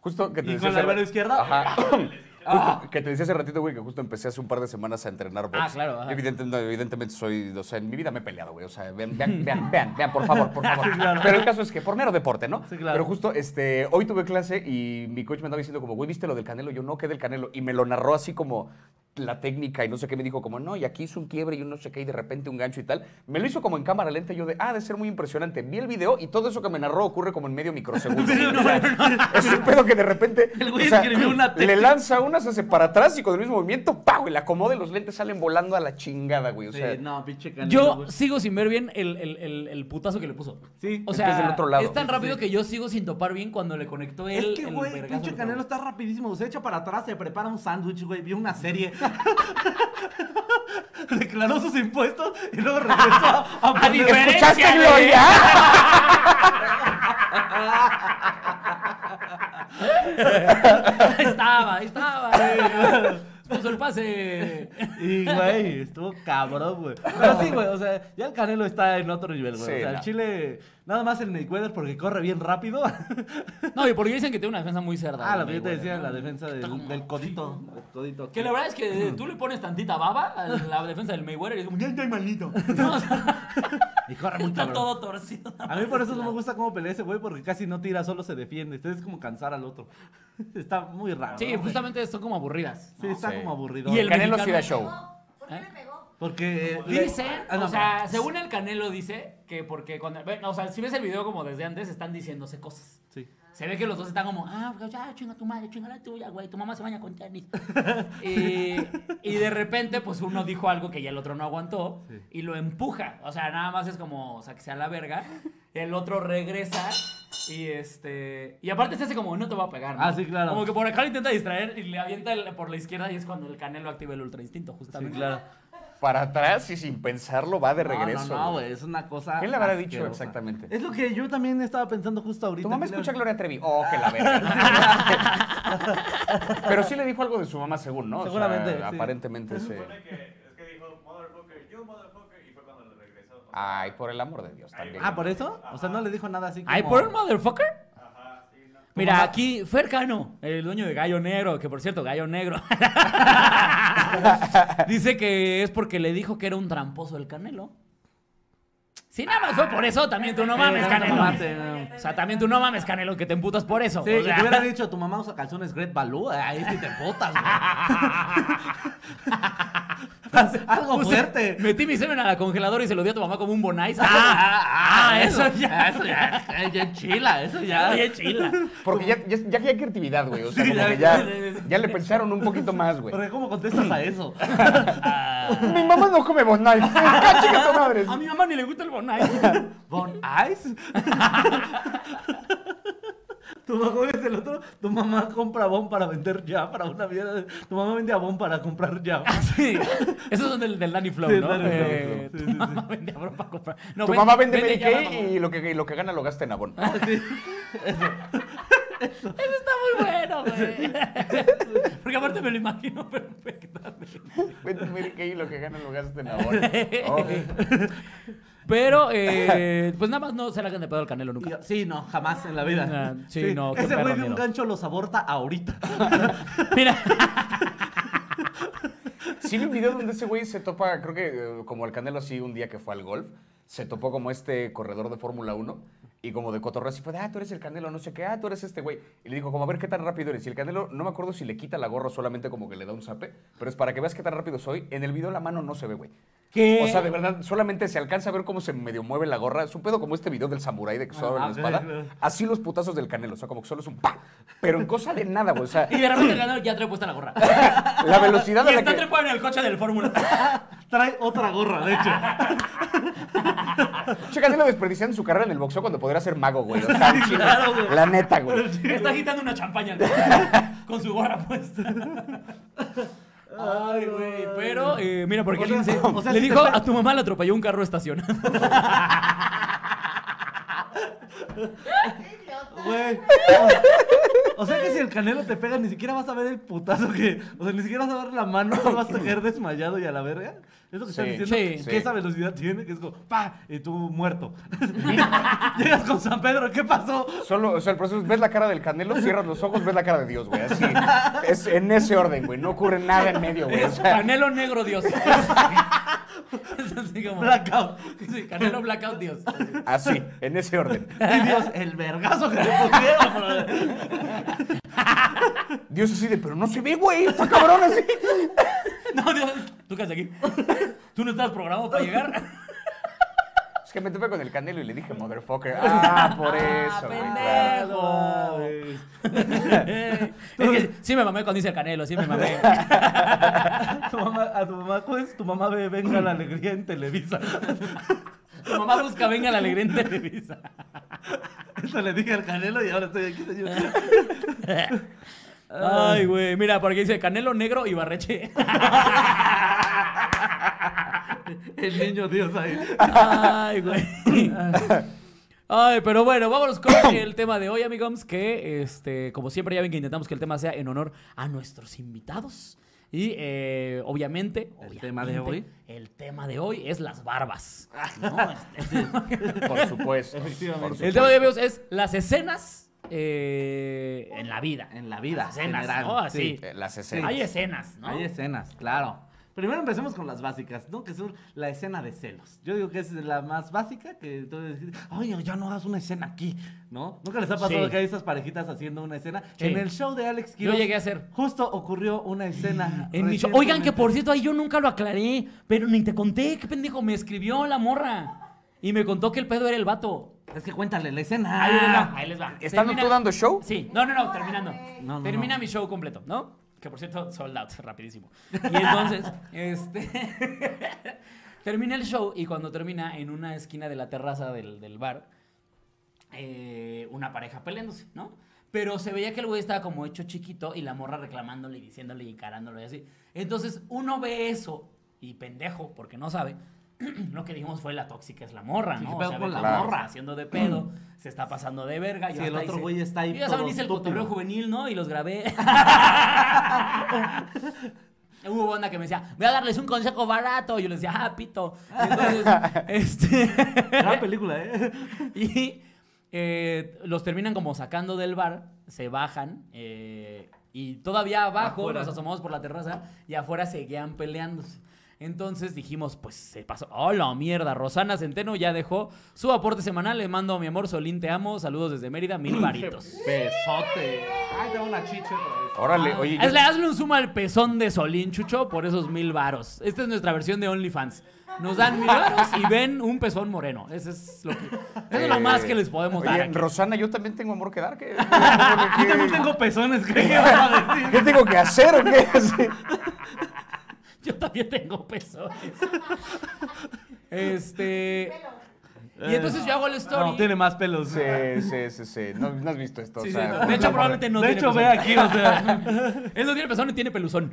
E: justo que te
D: ¿Y
E: decía
D: con Ah.
E: hace
D: la mano
E: ra-
D: izquierda?
E: Ajá. Justo que te decía hace ratito, güey, que justo empecé hace un par de semanas a entrenar box.
C: Ah, claro, ajá.
E: Evidente- no, evidentemente soy, o sea, en mi vida me he peleado, güey. O sea, vean, vean, vean, vean, vean, por favor, por favor. Pero el caso es que por mero deporte, ¿no?
D: Sí, claro.
E: Pero justo, este, hoy tuve clase y mi coach me andaba diciendo como, güey, ¿viste lo del canelo? Yo no, ¿qué del canelo? Y me lo narró así como la técnica y no sé qué me dijo como no y aquí hizo un quiebre y un no sé qué y de repente un gancho y tal me lo hizo como en cámara lenta y yo de ah de ser muy impresionante vi el video y todo eso que me narró ocurre como en medio microsegundo O sea, es un pedo que de repente
D: El güey
E: o sea,
D: escribió una
E: le
D: técnica.
E: lanza una, se hace para atrás y con el mismo movimiento, ¡pau! Y la acomoda y los lentes salen volando a la chingada, güey. O sea,
D: Sí, no, pinche canelo.
C: Yo
D: güey.
C: sigo sin ver bien el, el- el- el putazo que le puso.
D: Sí,
C: o
E: es
C: sea,
E: que es del otro lado.
C: es tan rápido que yo sigo sin topar bien cuando le conectó él.
D: es que, güey, pinche Canelo está rapidísimo. Se echa para atrás, se prepara un sándwich, güey. Vio una serie. Declaró sus impuestos y luego regresó a, a poner-
E: ¿escuchaste, Ah,
C: diferencia de-
E: Gloria?
C: Ahí estaba, ahí estaba. Puso el pase.
D: Y, güey, estuvo cabrón, güey. Pero sí, güey, o sea, ya el Canelo está en otro nivel, güey.
E: Sí,
D: o sea, el
E: no.
D: Chile, nada más el Mayweather porque corre bien rápido.
C: No, y porque dicen que tiene una defensa muy cerda.
D: ah, lo que
C: güey,
D: yo te
C: güey.
D: decía, la defensa del, del codito. del codito.
C: Que la verdad es que tú le pones tantita baba a la defensa del Mayweather y es como, ya estoy malito. No, o sea,
D: Y corre muy
C: está
D: cabrón.
C: todo torcido.
D: A mí por eso no me gusta cómo pelea ese güey, porque casi no tira, solo se defiende. Entonces es como cansar al otro. Está muy raro.
C: Sí,
D: ¿no, güey?
C: justamente son como aburridas.
D: Sí, está
E: Sí.
D: como aburrido.
C: Y el
E: Canelo
C: mexicano-
E: sí da show.
G: ¿Por qué le pegó?
D: Porque. eh,
C: Dicen,
D: ah, no,
C: o sea, según el Canelo dice que porque cuando, bueno, o sea, si ves el video como desde antes están diciéndose cosas.
D: pues, Sí.
C: Se ve que los dos están como, ah, pues ya, chinga tu madre, chinga la tuya, güey, tu mamá se baña con tenis. y, y de repente, pues uno dijo algo que ya el otro no aguantó
D: Sí.
C: y lo empuja. O sea, nada más es como, o sea, que sea la verga. El otro regresa y este. Y aparte se hace como, no te va a pegar. ¿no?
D: Ah, sí, claro.
C: Como que por acá lo intenta distraer y le avienta el- por la izquierda y es cuando el canelo activa el ultra instinto,
D: Sí,
C: justamente.
D: claro.
E: Para atrás y sin pensarlo va de
D: No,
E: regreso.
D: No, no, güey, es una cosa.
E: ¿Quién le habrá dicho
D: asquerosa.
E: exactamente?
D: Es lo que yo también estaba pensando justo ahorita.
E: Tu mamá
D: ¿Qué le-
E: escucha a Gloria Trevi. Oh, que la verga. Pero sí le dijo algo de su mamá, según, ¿no? O sea,
D: Seguramente, sí.
E: Aparentemente sí.
H: supone que es que dijo motherfucker, you motherfucker, y fue cuando le regresó.
E: Ay, por el amor de Dios también.
D: Ah, ¿por eso? O sea, no le dijo nada así. Como...
C: ¿Ay, por el motherfucker?
H: Ajá, sí, no.
C: Mira, aquí Fercano, el dueño de Gallo Negro, que por cierto, Gallo Negro, dice que es porque le dijo que era un tramposo el Canelo. Si nada más fue por eso, también tú no
D: Sí,
C: mames,
D: no,
C: Canelo.
D: no mames, no.
C: O sea, también tú no mames, Canelo, que te emputas por eso.
D: Sí,
C: o
D: que
C: sea.
D: te hubiera dicho tu mamá usa calzones Great este Balú. Ahí sí te botas, güey. Algo
C: Puse-
D: fuerte.
C: Metí mi semen a la congeladora y se lo di a tu mamá como un bonais. Ah, ah, ah, eso ya.
D: Eso ya, eh, ya chila, eso ya.
C: Oye, chila.
E: Porque ya, ya, ya hay creatividad, güey. O sea,
D: Sí,
E: como
D: ya-
E: que ya,
D: sí, sí, sí.
E: ya le pensaron un poquito más, güey.
D: Porque ¿cómo contestas a eso?
C: Ah.
E: Mi mamá no come bonai. ¡Ah, chica tu madre!
C: A mi mamá ni le gusta el bonais.
D: ¿Bon Ice? tu mamá es el otro, tu mamá compra abón para vender ya, para una mierda. de- Tu mamá vende abón para comprar ya.
C: Sí, esos son del, del Danny Flow,
D: Sí,
C: ¿no?
D: Danny Flow,
C: Eh,
D: Flow. Sí,
C: tu
D: sí,
C: mamá vende abón para comprar. No,
E: Tu
C: ven-
E: mamá vende Mary
C: ya,
E: Kay
D: eh.
C: mamá.
E: y lo que, y lo que gana lo gasta en abón.
C: Eso está muy bueno, güey. Porque aparte me lo imagino perfectamente.
E: Vende Mary Kay y lo que gana lo gasta en abón. Oh.
C: Pero, eh, pues nada más no se la hagan de pedo al canelo nunca.
D: Y- Sí, no, jamás en la vida.
C: Nah, sí, no, qué
D: Ese
C: perro
D: güey de un
C: miedo.
D: gancho los aborta ahorita.
C: Mira,
E: Sí vi un video donde ese güey se topa, creo que eh, como el Canelo así un día que fue al golf, se topó como este corredor de Fórmula 1 y como de cotorreo así fue, de, ah, tú eres el Canelo, no sé qué, ah, tú eres este güey. Y le dijo como, a ver qué tan rápido eres. Y el Canelo, no me acuerdo si le quita la gorra o solamente como que le da un zape, pero es para que veas qué tan rápido soy. En el video la mano no se ve, güey.
C: ¿Qué?
E: O sea, de verdad, solamente se alcanza a ver cómo se medio mueve la gorra. Es un pedo como este video del samurái de que solo
D: Ah,
E: la espada.
D: ok.
E: Así los putazos del Canelo, o sea, como que solo es un pa. Pero en cosa de nada, güey. O sea,
C: Y de repente el canelo ya trae puesta la gorra.
E: la velocidad
C: Y
E: a la
C: está
E: que...
C: trepado en el coche del Fórmula.
D: Trae otra gorra, de hecho.
E: Che, Canelo desperdiciando su carrera en el boxeo cuando podría ser mago, güey. O sea, chile,
D: claro, güey.
E: La neta, güey.
C: Está agitando una champaña con su gorra puesta. Ay, güey. Pero, eh, mira, porque
D: O sea,
C: él dice-
D: o sea,
C: le
D: si te
C: dijo
D: pe-
C: a tu mamá le atropelló un carro estacionado.
D: Güey. O sea que si el canelo te pega, ni siquiera vas a ver el putazo que. O sea, ni siquiera vas a ver la mano, solo vas a caer desmayado y a la verga. Es lo que están
E: Sí,
D: diciendo.
C: sí.
D: que
E: sí.
D: esa velocidad tiene, que es como, ¡pa! Y tú muerto. Llegas con San Pedro, ¿qué pasó?
E: Solo, o sea, el proceso es, ves la cara del Canelo, cierras los ojos, ves la cara de Dios, güey. Así. Es en ese orden, güey. No ocurre nada en medio, güey. O sea,
C: Canelo negro, Dios. Es así como-
D: Blackout.
C: Sí, Canelo blackout, Dios.
E: así, en ese orden.
D: Y Dios, el vergazo que le pusieron, brother.
E: Dios así de, pero no se ve, güey. Está cabrón así.
C: No, Dios. ¿Tú qué haces aquí? ¿Tú no estás programado para llegar?
E: Es que me topé con el Canelo y le dije, motherfucker. Ah, por eso, güey. claro.
C: ¡Pendejo! Es que sí me mamé cuando dice el Canelo, sí me mamé.
D: Tu mamá, a tu mamá, ¿cómo es? Tu mamá ve Venga la Alegría en Televisa.
C: Tu mamá busca venga la alegría en Televisa.
D: Eso le dije al canelo y ahora estoy aquí, señor.
C: Ay, güey. Mira, porque dice Canelo negro y barreche.
D: El niño Dios ahí.
C: Ay, güey. Ay, pero bueno, vámonos con el tema de hoy, amigos, que este, como siempre ya ven que intentamos que el tema sea en honor a nuestros invitados. Y eh, obviamente,
D: El tema de Ah.
C: obviamente, el tema de hoy es las barbas. ¿no? Este-
E: Por supuesto.
D: Efectivamente.
E: por
C: el tema de hoy,
D: pues.
C: amigos, es las escenas eh, en la vida.
D: En la vida,
C: Las escenas,
D: general,
C: ¿no? Así.
D: sí.
E: supuesto. Eh, Las escenas.
C: Hay escenas, ¿no?
D: Hay escenas, claro. Primero empecemos con las básicas, ¿no? Que son la escena de celos. Yo digo que es la más básica, que entonces, ay, no, ya no hagas una escena aquí, ¿no? Nunca les ha pasado
C: Sí.
D: que hay estas parejitas haciendo una escena.
C: Sí.
D: En el show de Alex
C: Yo
D: Quiroz.
C: llegué a hacer.
D: Justo ocurrió una escena.
C: En mi show.
D: recientemente.
C: Oigan, que por cierto, ahí yo nunca lo aclaré, pero ni te conté, qué pendejo, me escribió la morra. Y me contó que el pedo era el vato.
D: Es que cuéntale la escena.
C: Ahí les va, ahí les va.
E: ¿Estando
C: Termina-
E: tú dando show?
C: Sí, no, no, no, terminando.
D: no, no.
C: Termina mi show completo, ¿no? Que por cierto, sold out, rapidísimo. Y entonces, este. termina el show y cuando termina en una esquina de la terraza del, del bar, eh, una pareja peleándose, ¿no? Pero se veía que el güey estaba como hecho chiquito y la morra reclamándole y diciéndole y encarándole y así. Entonces uno ve eso y pendejo, porque no sabe. Lo que dijimos fue la tóxica es la morra,
D: Sí,
C: ¿no?
D: ¿qué
C: O
D: pedo
C: sea,
D: con
C: ve
D: la
C: cómo se
D: morra?
C: está haciendo de pedo, se está pasando de verga. yo
D: Sí, el
C: hasta
D: otro
C: hice-
D: güey está ahí
C: yo Ya saben,
D: todo
C: hice el
D: estúpido.
C: cotorreo juvenil, ¿no? Y los grabé. Hubo onda que me decía, voy a darles un consejo barato. Yo les decía, ah, pito. Entonces, este.
D: Gran película, ¿eh?
C: Y eh, los terminan como sacando del bar, se bajan eh, y todavía abajo
D: Afuera.
C: nos asomamos por la terraza y afuera seguían peleándose. Entonces dijimos, pues se pasó. ¡Oh, la mierda! Rosana Centeno ya dejó su aporte semanal. Le mando a mi amor Solín, te amo. Saludos desde Mérida, mil varitos.
D: Besote. Ay, te da una chicha.
C: Ah,
E: Órale, oye. yo-
C: Hazle, hazle un suma al pezón de Solín, Chucho, por esos mil varos. Esta es nuestra versión de OnlyFans. Nos dan mil varos y ven un pezón moreno. Eso es lo, que, eso es lo
E: Eh,
C: más que les podemos
E: oye,
C: dar. aquí.
E: Rosana, yo también tengo amor que dar. ¿Qué,
C: ah,
D: Yo también tengo pezones, creo que va a decir.
E: ¿Qué tengo que hacer o qué? Sí.
C: Yo también tengo pesos. Este. Y entonces yo hago el story.
D: No, tiene más pelos.
E: Sí, sí, sí, sí. No, no has visto esto. o sea,
C: no. De hecho, probablemente no
D: de
C: tiene
D: hecho, ve
C: pezón.
D: aquí, o sea.
C: Él no tiene pezón y tiene peluzón.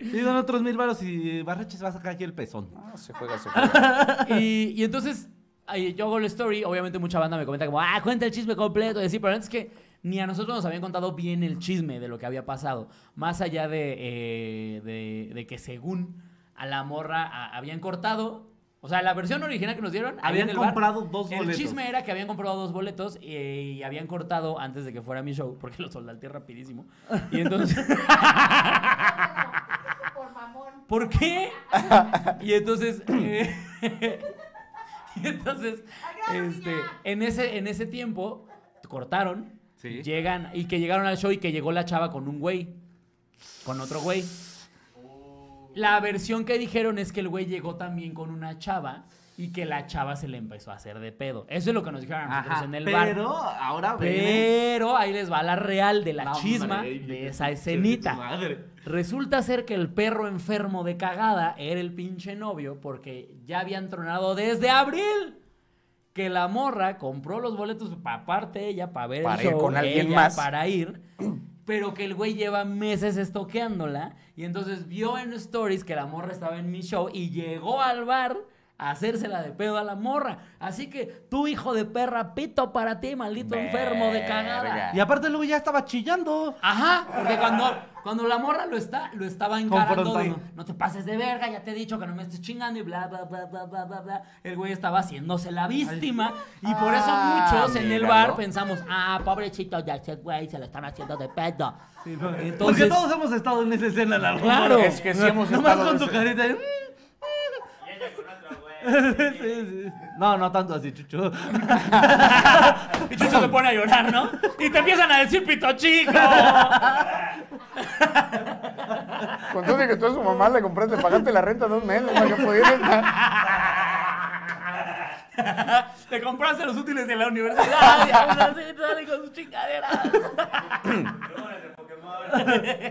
D: Sí, son otros mil varos y Barraches va a sacar aquí el pezón.
E: Ah, se juega, se juega.
C: Y, y entonces ahí yo hago el story. Obviamente, mucha banda me comenta como, ah, cuenta el chisme completo. Y así, pero antes que ni a nosotros nos habían contado bien el chisme de lo que había pasado. Más allá de, eh, de, de que según a la morra a- habían cortado. O sea, la versión original que nos dieron. ahí en
D: Habían
C: el bar,
D: comprado dos
C: el
D: boletos.
C: chisme era que habían comprado dos boletos eh, y, habían cortado antes de que fuera mi show, porque los soldateé rapidísimo. Y entonces. ¿Por qué? Y entonces. eh, y entonces. Este, en, ese, en ese tiempo, cortaron.
D: Sí.
C: Llegan. Y que llegaron al show y que llegó la chava con un güey. Con otro güey. La versión que dijeron es que el güey llegó también con una chava y que la chava se le empezó a hacer de pedo. Eso es lo que nos dijeron a nosotros
D: Ajá,
C: en el bar.
D: pero ahora ve.
C: Pero ahí les va la real de la
D: No,
C: chisma
D: hombre,
C: de esa escenita.
D: Madre.
C: Resulta ser que el perro enfermo de cagada era el pinche novio porque ya habían tronado desde abril. Que la morra compró los boletos para parte ella, para ver
E: Para
C: el
E: ir
C: show,
E: con alguien
C: ella
E: más.
C: Para ir. Pero que el güey lleva meses estoqueándola. Y entonces vio en stories que la morra estaba en mi show y llegó al bar a hacérsela de pedo a la morra. Así que tu hijo de perra, pito para ti, maldito enfermo de cagada.
E: Verga.
D: Y aparte luego ya estaba chillando.
C: Ajá, porque cuando, cuando la morra lo está, lo estaba encarando de
D: Confrontando.
C: no te pases de verga, ya te he dicho que no me estés chingando y bla bla bla bla bla bla bla. El güey estaba haciéndose la víctima y por eso
E: Ah,
C: muchos en el
E: míralo.
C: bar pensamos, ah, pobrecito, ya ese güey se lo están haciendo de pedo.
D: Porque
C: Entonces,
D: todos hemos estado en esa escena, la verdad.
C: Claro.
E: Es que sí hemos
D: Nomás
E: estado
D: con
E: en
D: tu
E: ese-
D: carita. de,
H: Y ella con otro güey.
D: "Mm". Sí, sí. No, no tanto así, chucho.
C: y Chucho se pone a llorar, ¿no? Y te empiezan a decir pito chico.
E: Con todo de que tú a su mamá le compraste, pagaste la renta dos meses para que pudiera estar.
C: Te compraste los útiles de la universidad y aún así sale con sus chingaderas.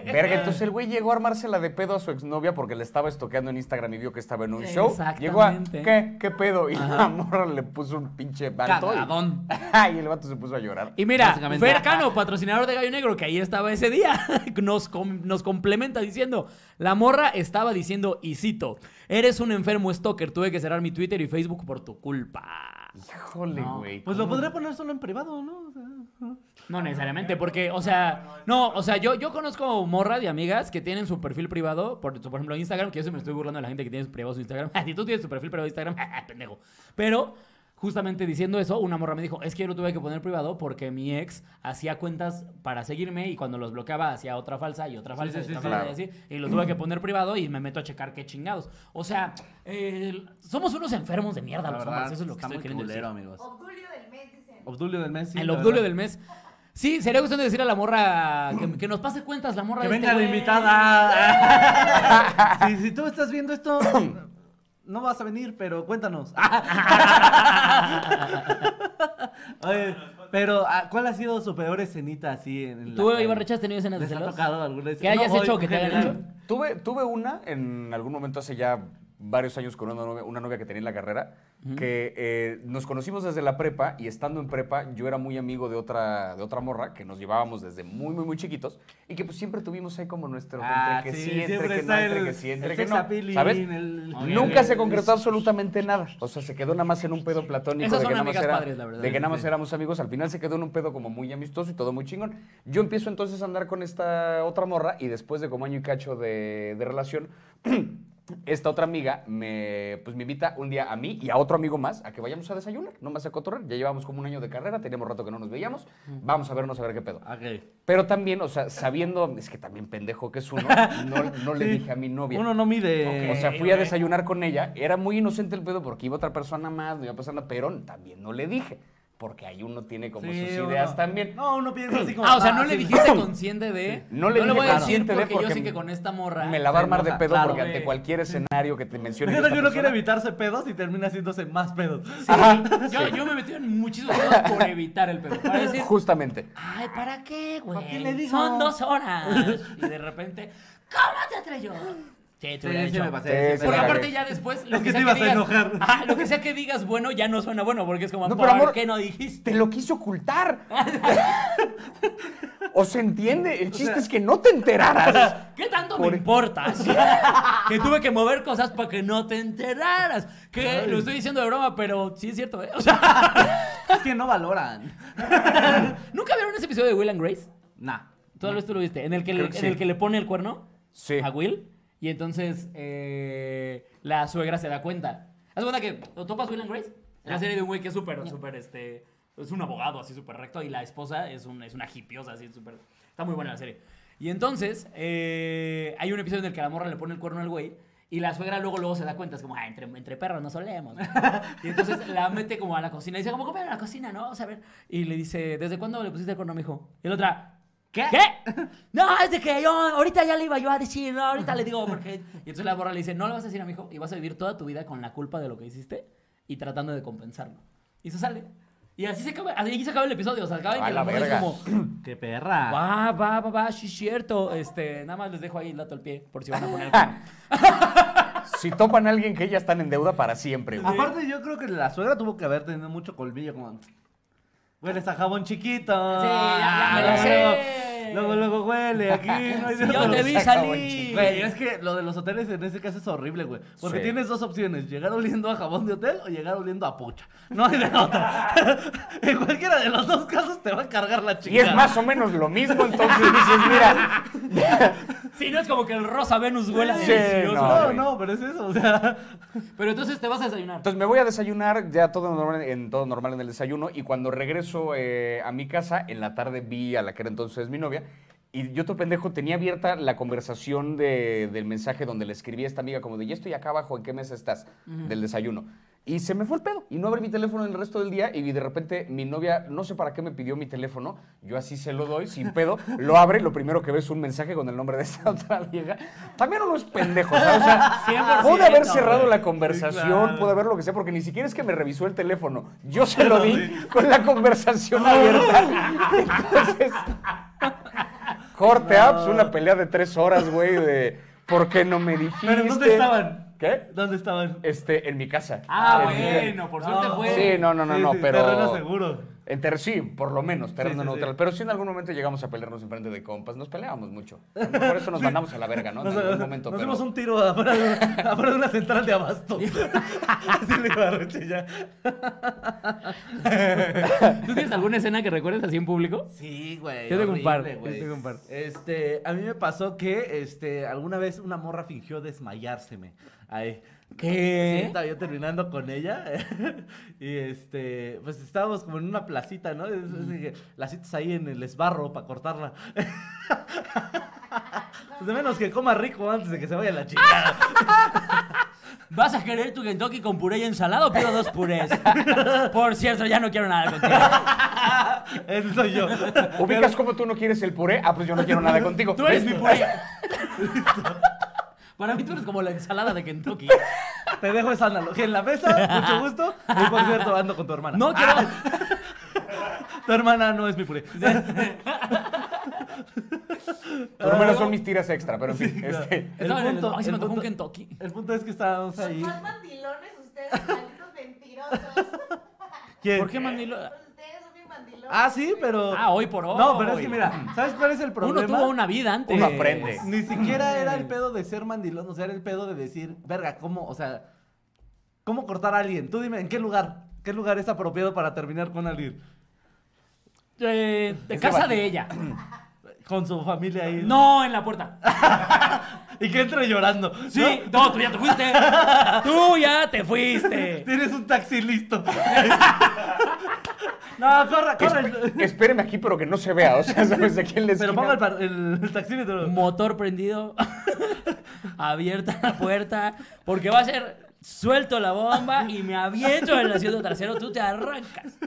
E: Verga, entonces el güey llegó a armársela de pedo a su exnovia porque le estaba estoqueando en Instagram y vio que estaba en un show. Llegó a,
C: Exactamente.
E: ¿qué? ¿Qué pedo? Y la morra le puso un pinche vato.
C: Cagadón.
E: Y... y el vato se puso a llorar.
C: Y mira,
D: Básicamente.
C: Fer Cano, patrocinador de Gallo Negro, que ahí estaba ese día, nos, com- nos complementa diciendo, la morra estaba diciendo, y cito, eres un enfermo stalker, tuve que cerrar mi Twitter y Facebook por tu culpa.
E: Híjole, güey.
D: Pues lo podría poner solo en privado, ¿no? O sea,
C: No necesariamente, porque, o sea, no, o sea, yo, yo conozco morras y amigas que tienen su perfil privado, por, por ejemplo, Instagram, que yo se me estoy burlando de la gente que tiene su privado su Instagram. si tú tienes tu perfil privado de Instagram, ah, pendejo. Pero, justamente diciendo eso, una morra me dijo, es que yo lo tuve que poner privado porque mi ex hacía cuentas para seguirme y cuando los bloqueaba hacía otra falsa y otra falsa
D: sí,
C: y otra
D: sí,
C: falsa
E: claro.
C: y así, y lo tuve que poner privado y me meto a checar qué chingados. O sea, eh, somos unos enfermos de mierda los hombres, Pues, eso es lo que
D: está
C: estoy
D: muy
C: queriendo decir.
D: culero, amigos. Obdulio del mes, sí,
C: El
D: la
C: obdulio
D: verdad.
C: del mes. Sí, sería cuestión de decir a la morra que, que nos pase cuentas la morra
D: Que
C: de este
D: venga de
C: güey.
D: invitada. si, si tú estás viendo esto, no vas a venir, pero cuéntanos. Oye, pero ah, ¿cuál ha sido su peor escenita así en, en la
C: ¿Tú,
D: calle?
C: Iván Recha, has tenido escenas de
D: ¿Les ha
C: celos?
D: tocado alguna
C: ¿Que hayas
D: No,
C: hecho o
D: hoy,
C: que te
D: en
C: hayan
D: general.
C: hecho?
E: Tuve, tuve una en algún momento hace ya varios años con una novia, una novia que tenía en la carrera, que eh, nos conocimos desde la prepa y estando en prepa yo era muy amigo de otra, de otra morra que nos llevábamos desde muy, muy, muy chiquitos y que pues siempre tuvimos ahí como nuestro
D: Ah,
E: entre que
D: sí,
E: sí, entre
D: siempre
E: que no,
D: está
E: entre
D: el-
E: que sí, entre
D: el
E: que
D: sex
E: no,
D: appeal y
E: ¿sabes?
D: el-
E: Nunca se
D: el-
E: concretó absolutamente nada, o sea, se quedó nada más en un pedo platónico
C: Esas
E: de
C: son
E: que, nada más,
C: amigas
E: era-
C: padres, la verdad.
E: de que nada
C: Sí,
E: más
C: sí.
E: éramos amigos, al final se quedó en un pedo como muy amistoso y todo muy chingón. Yo empiezo entonces a andar con esta otra morra y después de como año y cacho de, de relación, esta otra amiga me, pues me invita un día a mí y a otro amigo más a que vayamos a desayunar, no más a cotorrear. Ya llevamos como un año de carrera, teníamos rato que no nos veíamos, vamos a vernos a ver qué pedo.
D: Ok.
E: Pero también, o sea, sabiendo, es que también pendejo que es uno, no, no le
D: Sí.
E: dije a mi novia.
D: Uno no mide.
E: O sea, fui a desayunar con ella. Era muy inocente el pedo porque iba otra persona más, no iba a pasar nada, pero también no le dije. Porque ahí uno tiene como
D: Sí,
E: sus
D: uno-
E: ideas también.
D: No, uno piensa así como.
C: Ah, o sea, no le
D: sí.
C: dijiste consciente de...
E: No le dije
C: voy a decir
E: consciente de
C: porque, yo
E: porque
C: sé que con esta morra...
E: Me la va a
D: se
E: armar de
D: enoja,
E: pedo
D: claro,
E: porque
D: güey.
E: ante cualquier escenario que te mencione.
D: Fíjate
E: esta
D: que uno quiere
E: persona-
D: evitarse pedos y termina haciéndose más pedos.
C: Sí, yo, yo me metí en muchísimos pedos por evitar el pedo. Para decir,
E: Justamente.
C: ay, ¿para qué, güey?
D: ¿Para qué le digo?
C: Son dos horas. Y de repente, ¿cómo te atrevió? Sí, te
D: Sí,
C: hubiera
D: sí
C: dicho.
D: me pasé,
E: Sí,
D: sí me
E: sí
C: Porque
E: la
D: pasé.
C: aparte ya después... lo
D: Es que
C: sea
D: te ibas a
C: digas-
D: enojar.
C: Ah, lo que sea que digas bueno ya no suena bueno porque es como,
E: No,
C: ¿por
E: pero amor-
C: qué no dijiste?
E: Te lo quise ocultar. o se entiende. El chiste
D: sea-
E: es que no te enteraras.
C: ¿Qué tanto
D: e-?".
E: Por-
C: me importa? que tuve que mover cosas para que no te enteraras. Que lo estoy diciendo de broma, pero sí es cierto, ¿eh? O sea,
D: Es que no valoran.
C: ¿nunca vieron ese episodio de Will and Grace?
D: Nah.
C: Tal vez tú lo viste. En el que, le,
E: Creo que
C: en
E: sí.
C: el que le pone el cuerno
E: Sí.
C: a Will. Y entonces eh, la suegra se da cuenta. Haz cuenta que lo topas Will and Grace. En la serie de un güey que es súper, súper, este. Es un abogado así súper recto. Y la esposa es, un, es una hipiosa así súper. Está muy buena la serie. Y entonces eh, hay un episodio en el que la morra le pone el cuerno al güey. Y la suegra luego, luego se da cuenta, es como, ah, entre, entre perros no solemos. ¿no?". Y entonces la mete como a la cocina y dice, como, come a la cocina, ¿no? Vamos a ver. Y le dice, ¿desde cuándo le pusiste el cuerno, mijo? Y la otra, ¿Qué? No, es de que yo ahorita ya le iba yo a decir, no, ahorita le digo porque... Y entonces la borra le dice, no le vas a decir a mi hijo y vas a vivir toda tu vida con la culpa de lo que hiciste y tratando de compensarlo. Y eso sale. Y así se acaba, así se acaba el episodio, o sea, acaba en
E: A
C: que
E: la
C: morra es
E: verga.
C: como,
D: Qué perra.
C: va, va, va, va, sí es cierto. Este, nada más les dejo ahí el dato al pie por si van a poner el cuerno.
E: Si topan a alguien que ya están en deuda para siempre, güey.
D: Aparte, yo creo que la suegra tuvo que haber tenido mucho colmillo, como. Hueles a jabón chiquito. Ah,
C: Sí, ya, ya me lo sé.
D: Luego, luego huele aquí. No hay
C: Si
D: de
C: yo
D: otro.
C: te vi
E: Se acabó el
C: salir.
D: Güey, es que lo de los hoteles en ese caso es horrible, güey. Porque
E: Sí.
D: tienes dos opciones: llegar oliendo a jabón de hotel o llegar oliendo a pocha. No hay de otra. en cualquiera de los dos casos te va a cargar la chica.
E: Y es más o menos lo mismo, entonces dices, mira,
C: Si no es como que el rosa Venus huela
E: Sí,
C: delicioso.
E: no.
D: No,
E: güey.
D: no, pero es eso. O sea,
C: Pero entonces te vas a desayunar.
E: Entonces me voy a desayunar, ya todo normal en, todo normal en el desayuno, y cuando regreso eh, a mi casa, en la tarde vi a la que era entonces mi novia, y yo, otro pendejo, tenía abierta la conversación de- del mensaje donde le escribí a esta amiga como de, ya estoy acá abajo, ¿en qué mesa estás? Del desayuno. Y se me fue el pedo, y no abrí mi teléfono el resto del día, y de repente mi novia, no sé para qué me pidió mi teléfono, yo así se lo doy, sin pedo, lo abre, lo primero que ve es un mensaje con el nombre de esta otra vieja. También uno es pendejo, ¿sabes? O
C: 100%,
E: sea, pude haber cerrado
C: güey.
E: la conversación,
D: claro.
E: pude haber ver lo que sea, porque ni siquiera es que me revisó el teléfono. Yo se lo di con la conversación abierta. Entonces, corte apps, una pelea de tres horas, güey, de ¿por qué no me dijiste?
D: pero ¿dónde estaban?
E: ¿Qué?
D: ¿Dónde estaban?
E: Este, en mi casa.
C: Ah,
E: En mi-
C: bueno, por suerte
D: No.
C: fue.
E: Sí, no, no, no,
D: Sí,
E: no,
D: sí,
E: pero.
D: terreno seguro.
E: En ter- sí, por lo menos,
D: sí,
E: terreno
D: sí.
E: neutral. Pero sí en algún momento llegamos a pelearnos enfrente de compas, nos peleábamos mucho. A lo mejor eso nos mandamos a la verga, ¿no? En
D: Nos,
E: algún momento.
D: nos
E: pero-
D: dimos un tiro afuera de, afuera de una central de abasto. Así le iba a Roche ya.
C: ¿Tú tienes alguna escena que recuerdes así en público?
D: Sí, güey.
C: Yo tengo un par,
D: horrible,
C: yo
D: güey.
C: tengo un par.
D: Este, a mí me pasó que, este, alguna vez una morra fingió desmayárseme. Ay.
C: ¿Qué?
D: Sí, estaba yo terminando con ella. y este, pues estábamos como en una placita, ¿no? Es- es de que la citas ahí en el esbarro para cortarla. pues de menos que coma rico antes de que se vaya la chingada.
C: ¿Vas a querer tu Kentucky con puré y ensalada o pido dos purés? Por cierto, ya no quiero nada contigo.
D: Ese soy yo.
E: ¿Ubicas cómo tú no quieres el puré? Ah, pues yo no quiero nada contigo.
C: Tú eres
E: ¿Ves?
C: mi puré. Para mí tú eres como la ensalada de Kentucky.
D: Te dejo esa analogía en la mesa, mucho gusto. Y por cierto, ando con tu hermana.
C: No quiero...
E: Ah,
D: Tu hermana no es mi puré.
E: Por lo menos son mis tiras extra, pero en fin. este,
D: El
C: Estaba en el-
D: punto,
C: Ay, se
D: el
C: me antojó un
D: punto-
C: Kentucky.
D: El punto es que estábamos ahí.
G: Son más mandilones ustedes, malditos mentirosos.
D: ¿Quién?
C: ¿Por qué mandilo?
G: ustedes son bien mandilones.
D: Ah, sí, pero.
C: Ah, hoy por hoy.
D: No, pero es que mira, ¿sabes cuál es el problema?
C: Uno tuvo una vida antes.
E: Uno aprende.
D: Ni siquiera era el pedo de ser mandilón, o sea, era el pedo de decir, verga, ¿cómo? O sea, ¿cómo cortar a alguien? Tú dime, ¿en qué lugar? ¿Qué lugar es apropiado para terminar con alguien?
C: Eh, de casa de ella.
D: Con su familia ahí.
C: No, en la puerta.
D: Y que entre llorando.
C: Sí,
D: ¿no?
C: no, tú ya te fuiste. Tú ya te fuiste.
D: Tienes un taxi listo. no, corra, corra.
E: esp- espéreme aquí, pero que no se vea. O sea, ¿sabes de quién les
D: Pero ponga el, par- el, el taxímetro.
C: motor prendido, abierta la puerta, porque va a ser suelto la bomba y me aviento en el asiento trasero, tú te arrancas.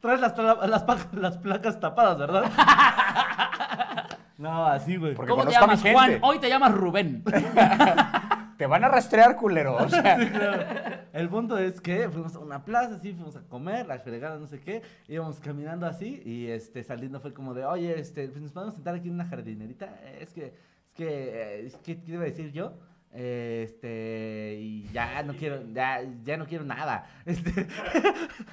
D: Traes las, tra- las, pa- las placas tapadas, ¿verdad? no, así, güey.
E: Porque
C: ¿Cómo te
E: conozco a mi
C: llamas Juan?
E: gente.
C: Hoy te llamas Rubén.
E: Te van a rastrear, culero. O sea,
D: El punto es que fuimos a una plaza, así, fuimos a comer, la fregada, no sé qué. Íbamos caminando así y este, saliendo fue como de, oye, este, pues, nos podemos sentar aquí en una jardinerita. Eh, Es que, es que, eh, es que, ¿qué iba a decir yo? Este, y ya no quiero, ya, ya no quiero nada. Este,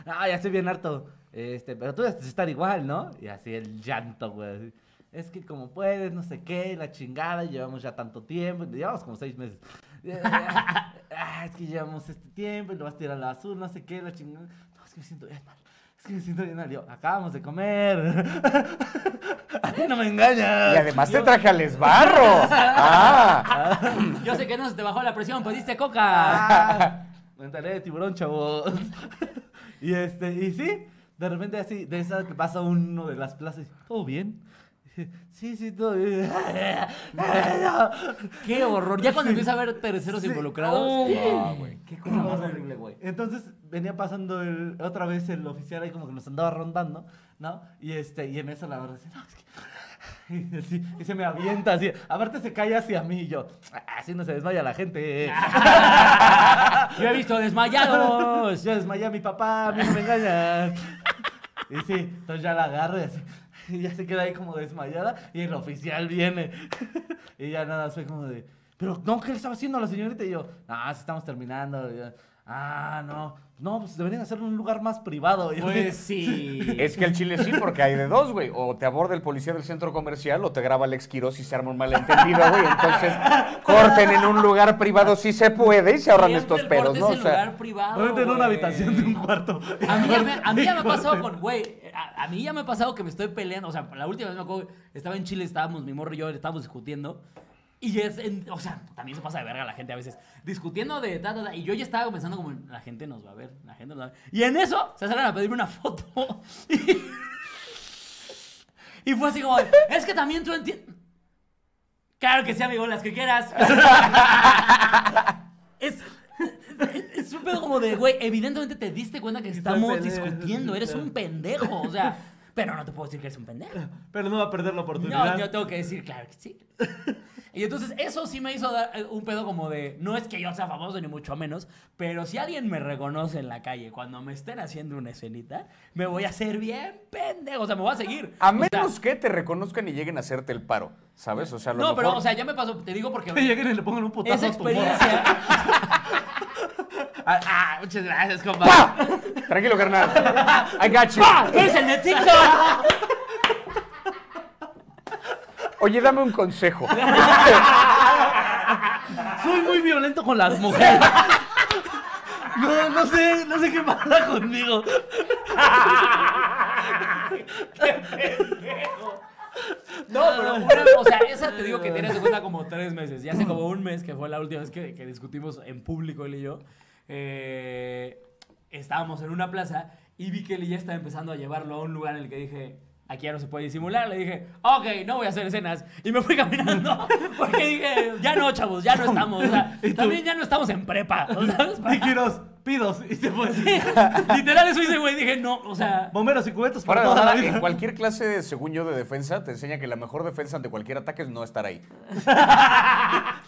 D: ah, ya estoy bien harto. Este, pero tú debes estar igual, ¿no? Y así el llanto, güey. así, Es que como puedes, no sé qué, la chingada, y llevamos ya tanto tiempo, llevamos como seis meses. Eh, ah, es que llevamos este tiempo y lo vas a tirar a la basura, no sé qué, la chingada. No, es que me siento bien mal. Es que me siento bien mal. Yo, acabamos de comer. A mí no me engañas.
E: Y además te traje al esbarro. Ah,
C: Yo sé que no se te bajó la presión, pues diste coca.
D: Mentalidad ah, de tiburón, chavos. y este, y sí, de repente así, de esa que pasa uno de las plazas, ¿todo bien? Sí, sí, todo bien. No.
C: Qué horror. Ya cuando empieza a ver terceros
E: Oh,
C: involucrados.
D: Qué cosa más horrible, güey. Entonces venía pasando el, otra vez el oficial ahí como que nos andaba rondando, ¿no? Y este, y en eso la verdad dice, no, es que... Y, así, y se me avienta así. Aparte se cae hacia mí y yo, "Ah, así no se desmaya la gente.
C: Yo he visto desmayados.
D: Dios, yo desmayé a mi papá, a mí no me engañan. y sí, entonces ya la agarro y así, y ya se queda ahí como desmayada y el oficial viene. y ya nada, fue como de, pero no, ¿qué le estaba haciendo a la señorita? Y yo, ah, sí estamos terminando. Y yo, ah, no, no, pues deberían hacerlo en un lugar más privado. Y yo
C: Pues
D: así,
C: sí.
E: es que el chile sí, porque hay de dos, güey. O te aborda el policía del centro comercial o te graba Alex Quiroz y se arma un malentendido, güey. Entonces, corten en un lugar privado si se puede y se ahorran
C: Siempre
E: estos
C: el
E: pedos,
C: corte
E: ¿no?
C: es
E: O
C: el
E: sea,
C: lugar privado,
D: ponete en una
C: güey.
D: habitación de un cuarto.
C: A mí ya me, a mí ya me ha pasado con, güey, a, a mí ya me ha pasado que me estoy peleando, o sea, la última vez me acuerdo, estaba en Chile, estábamos, mi morro y yo, estábamos discutiendo, y es, en- o sea, también se pasa de verga la gente a veces, discutiendo de ta, ta, ta, y yo ya estaba pensando como, la gente nos va a ver, la gente nos va a ver, y en eso se salen a pedirme una foto, y, y fue así como, es que también tú entiendes, claro que sí, amigo, las que quieras. es... es- Es un pedo como de, güey, evidentemente te diste cuenta que estamos
D: pendejo,
C: discutiendo,
D: sí,
C: eres
D: claro.
C: un pendejo, o sea, pero no te puedo decir que eres un pendejo.
D: Pero no va a perder la oportunidad.
C: No, yo tengo que decir, claro que sí. Y entonces eso sí me hizo dar eh, un pedo como de, no es que yo sea famoso ni mucho menos, pero si alguien me reconoce en la calle cuando me estén haciendo una escenita, me voy a hacer bien pendejo, o sea, me voy a seguir. O
E: a
C: sea,
E: menos que te reconozcan y lleguen a hacerte el paro, ¿sabes? O sea, a lo
C: no, pero,
E: mejor-
C: o sea, ya me pasó, te digo porque
D: Que lleguen y le pongan un putazo
C: esa
D: a tu morra.
C: experiencia...
D: Ah, ah, muchas gracias, compa.
E: ¡Pah! Tranquilo, carnal. I got you.
C: ¡Eres el de TikTok!
E: Oye, dame un consejo.
D: Soy muy violento con las mujeres. No, no sé, no sé qué pasa conmigo.
C: No, pero una- o sea, esa te digo que tienes en cuenta como tres meses. Ya hace como un mes que fue la última vez que, que discutimos en público él y yo. eh, estábamos en una plaza y vi que él ya estaba empezando a llevarlo a un lugar en el que dije, aquí ya no se puede disimular. Le dije, ok, no voy a hacer escenas. Y me fui caminando porque dije, ya no, chavos, ya no estamos. O sea,
D: ¿Y tú?
C: también ya no estamos en prepa. ¿no ¿sabes?
D: Y quiros, pidos, y se fue.
C: Literal eso hice, güey. Dije, no, o sea...
D: Bomberos y cubetas
E: Fuera
D: para
E: de
D: toda la
E: mamada,
D: vida.
E: en cualquier clase, según yo, de defensa, te enseña que la mejor defensa ante cualquier ataque es no estar ahí.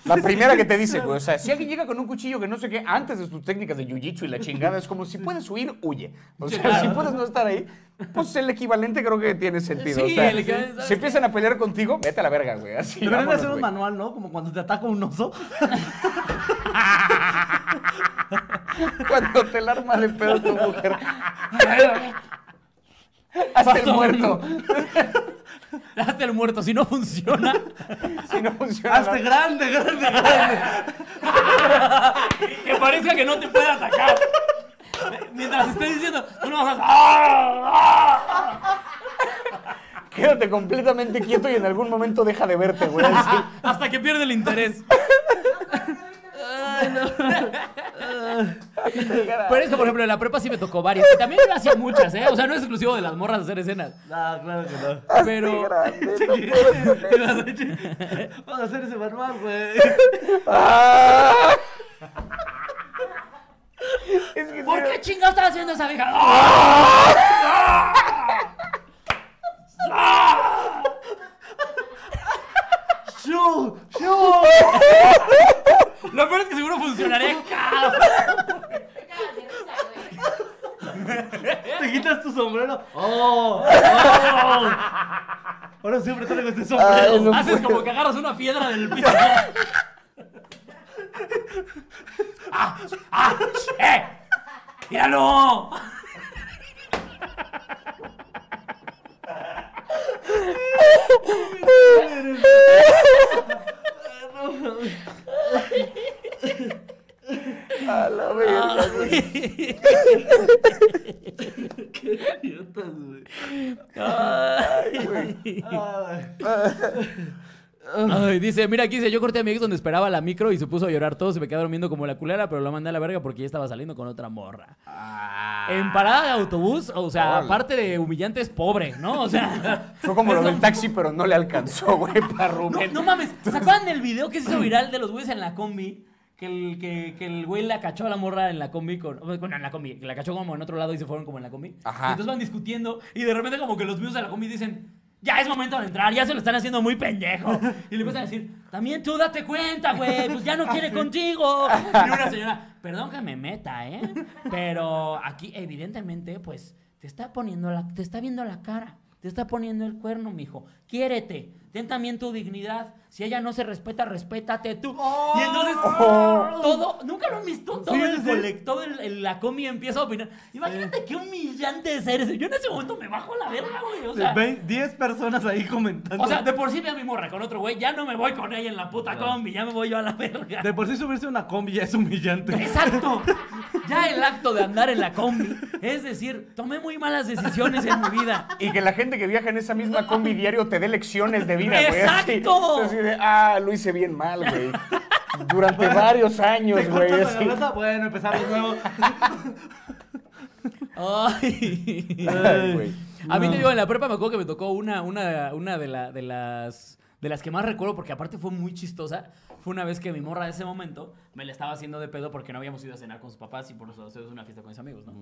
E: La primera que te dice, güey, o sea, si alguien llega con un cuchillo que no sé qué, antes de tus técnicas de jiu-jitsu y la chingada, es como si puedes huir, huye. O sea, si puedes no estar ahí, pues el equivalente creo que tiene sentido.
C: Sí,
E: o sea,
C: el equivalente, ¿sabes
E: si empiezan a pelear contigo, vete a la verga, güey. Así,
D: Deberían de
E: vámonos,
D: hacer un
E: güey.
D: manual, ¿no? Como cuando te ataca un oso.
E: Cuando te la arma de pedo tu mujer. Hasta el
C: Pasó.
E: muerto.
C: Hazte el muerto, si no funciona.
E: Si no funciona.
D: Hazte
E: la-
D: Ah, este grande, grande, grande.
C: Que parezca que no te puede atacar. Mientras esté diciendo, tú no vas a. ¡Ah! ¡Ah!
E: Quédate completamente quieto y en algún momento deja de verte, güey. así.
C: ah, Hasta que pierde el interés. Pero es que, por ejemplo, en la prepa sí me tocó varias. Y también yo hacía muchas, ¿eh? O sea, no es exclusivo de las morras hacer escenas.
D: No, Ah, claro que no.
C: Pero.
D: Vamos a hacer ese manual, güey.
E: Ah. Es que
C: ¿Por
E: sí,
C: qué chingados estaba haciendo esa vieja? ¡Ah!
D: ¡Shoo! ¡Shoo!
C: Lo peor es que seguro funcionaría. cabrón.
G: Caga de risa, güey.
D: Te quitas tu sombrero. ¡Oh! ¡Oh! Ahora siempre traigo este sombrero.
E: Ay, no
C: Haces
E: puedo.
C: como que agarras una piedra del piso. ¡Ah! ¡Ah! ¡Eh! ¡Míralo!
E: A la verga, güey.
D: idiotas, güey.
F: Ay, dice, mira aquí dice, yo corté a mi ex donde esperaba la micro y se puso a llorar todo, se me quedó durmiendo como la culera, pero lo mandé a la verga porque ya estaba saliendo con otra morra. En parada de autobús, o sea,
E: Órale.
F: aparte de humillante es pobre, ¿no? O sea,
E: Fue como lo del taxi, pero no le alcanzó, güey, para
C: No,
E: Rubén.
C: no mames, ¿se acuerdan del video que se hizo viral de los güeyes en la combi? Que el, que, que el güey la cachó a la morra en la combi con. Bueno, en la combi, que la cachó como en otro lado y se fueron como en la combi.
E: Ajá.
C: Y entonces van discutiendo y de repente como que los míos de la combi dicen. Ya es momento de entrar, ya se lo están haciendo muy pendejo. Y le empiezan a decir, también tú date cuenta, güey, pues ya no quiere contigo. Y una señora, perdón que me meta, ¿eh? Pero aquí, evidentemente, pues, te está poniendo la, te está viendo la cara, te está poniendo el cuerno, mijo. Quiérete, ten también tu dignidad. Si ella no se respeta, respétate tú. y entonces, todo, nunca lo han visto, todo
D: Oh. Sí,
C: el
D: sí, sí.
C: colec- todo el- el- la comi empieza a opinar. Imagínate qué humillante es eres. Yo en ese momento me bajo la verga, güey. O sea,
D: Ve- 10 personas ahí comentando.
C: o sea, de por sí veo a mi morra con otro güey, ya no me voy con ella en la puta combi, ya me voy yo a la verga.
D: de por sí subirse a una combi ya es humillante.
C: Exacto. Ya el acto de andar en la combi es decir, tomé muy malas decisiones en mi vida.
E: Y que la gente que viaja en esa misma combi diario te dé lecciones de vida, güey. así.
C: ¡Exacto!
E: Así de, ah, lo hice bien mal, güey. Durante varios años,
D: ¿Te
E: güey.
D: cortas la
E: así.
D: garganta? Bueno, empezamos de nuevo.
F: ay.
E: Ay, güey.
F: A mí te digo, en la prepa me acuerdo que me tocó una, una, una de, la- de las de las que más recuerdo, porque aparte fue muy chistosa. Fue una vez que mi morra de ese momento me la estaba haciendo de pedo porque no habíamos ido a cenar con sus papás y por eso hacemos una fiesta con mis amigos, ¿no?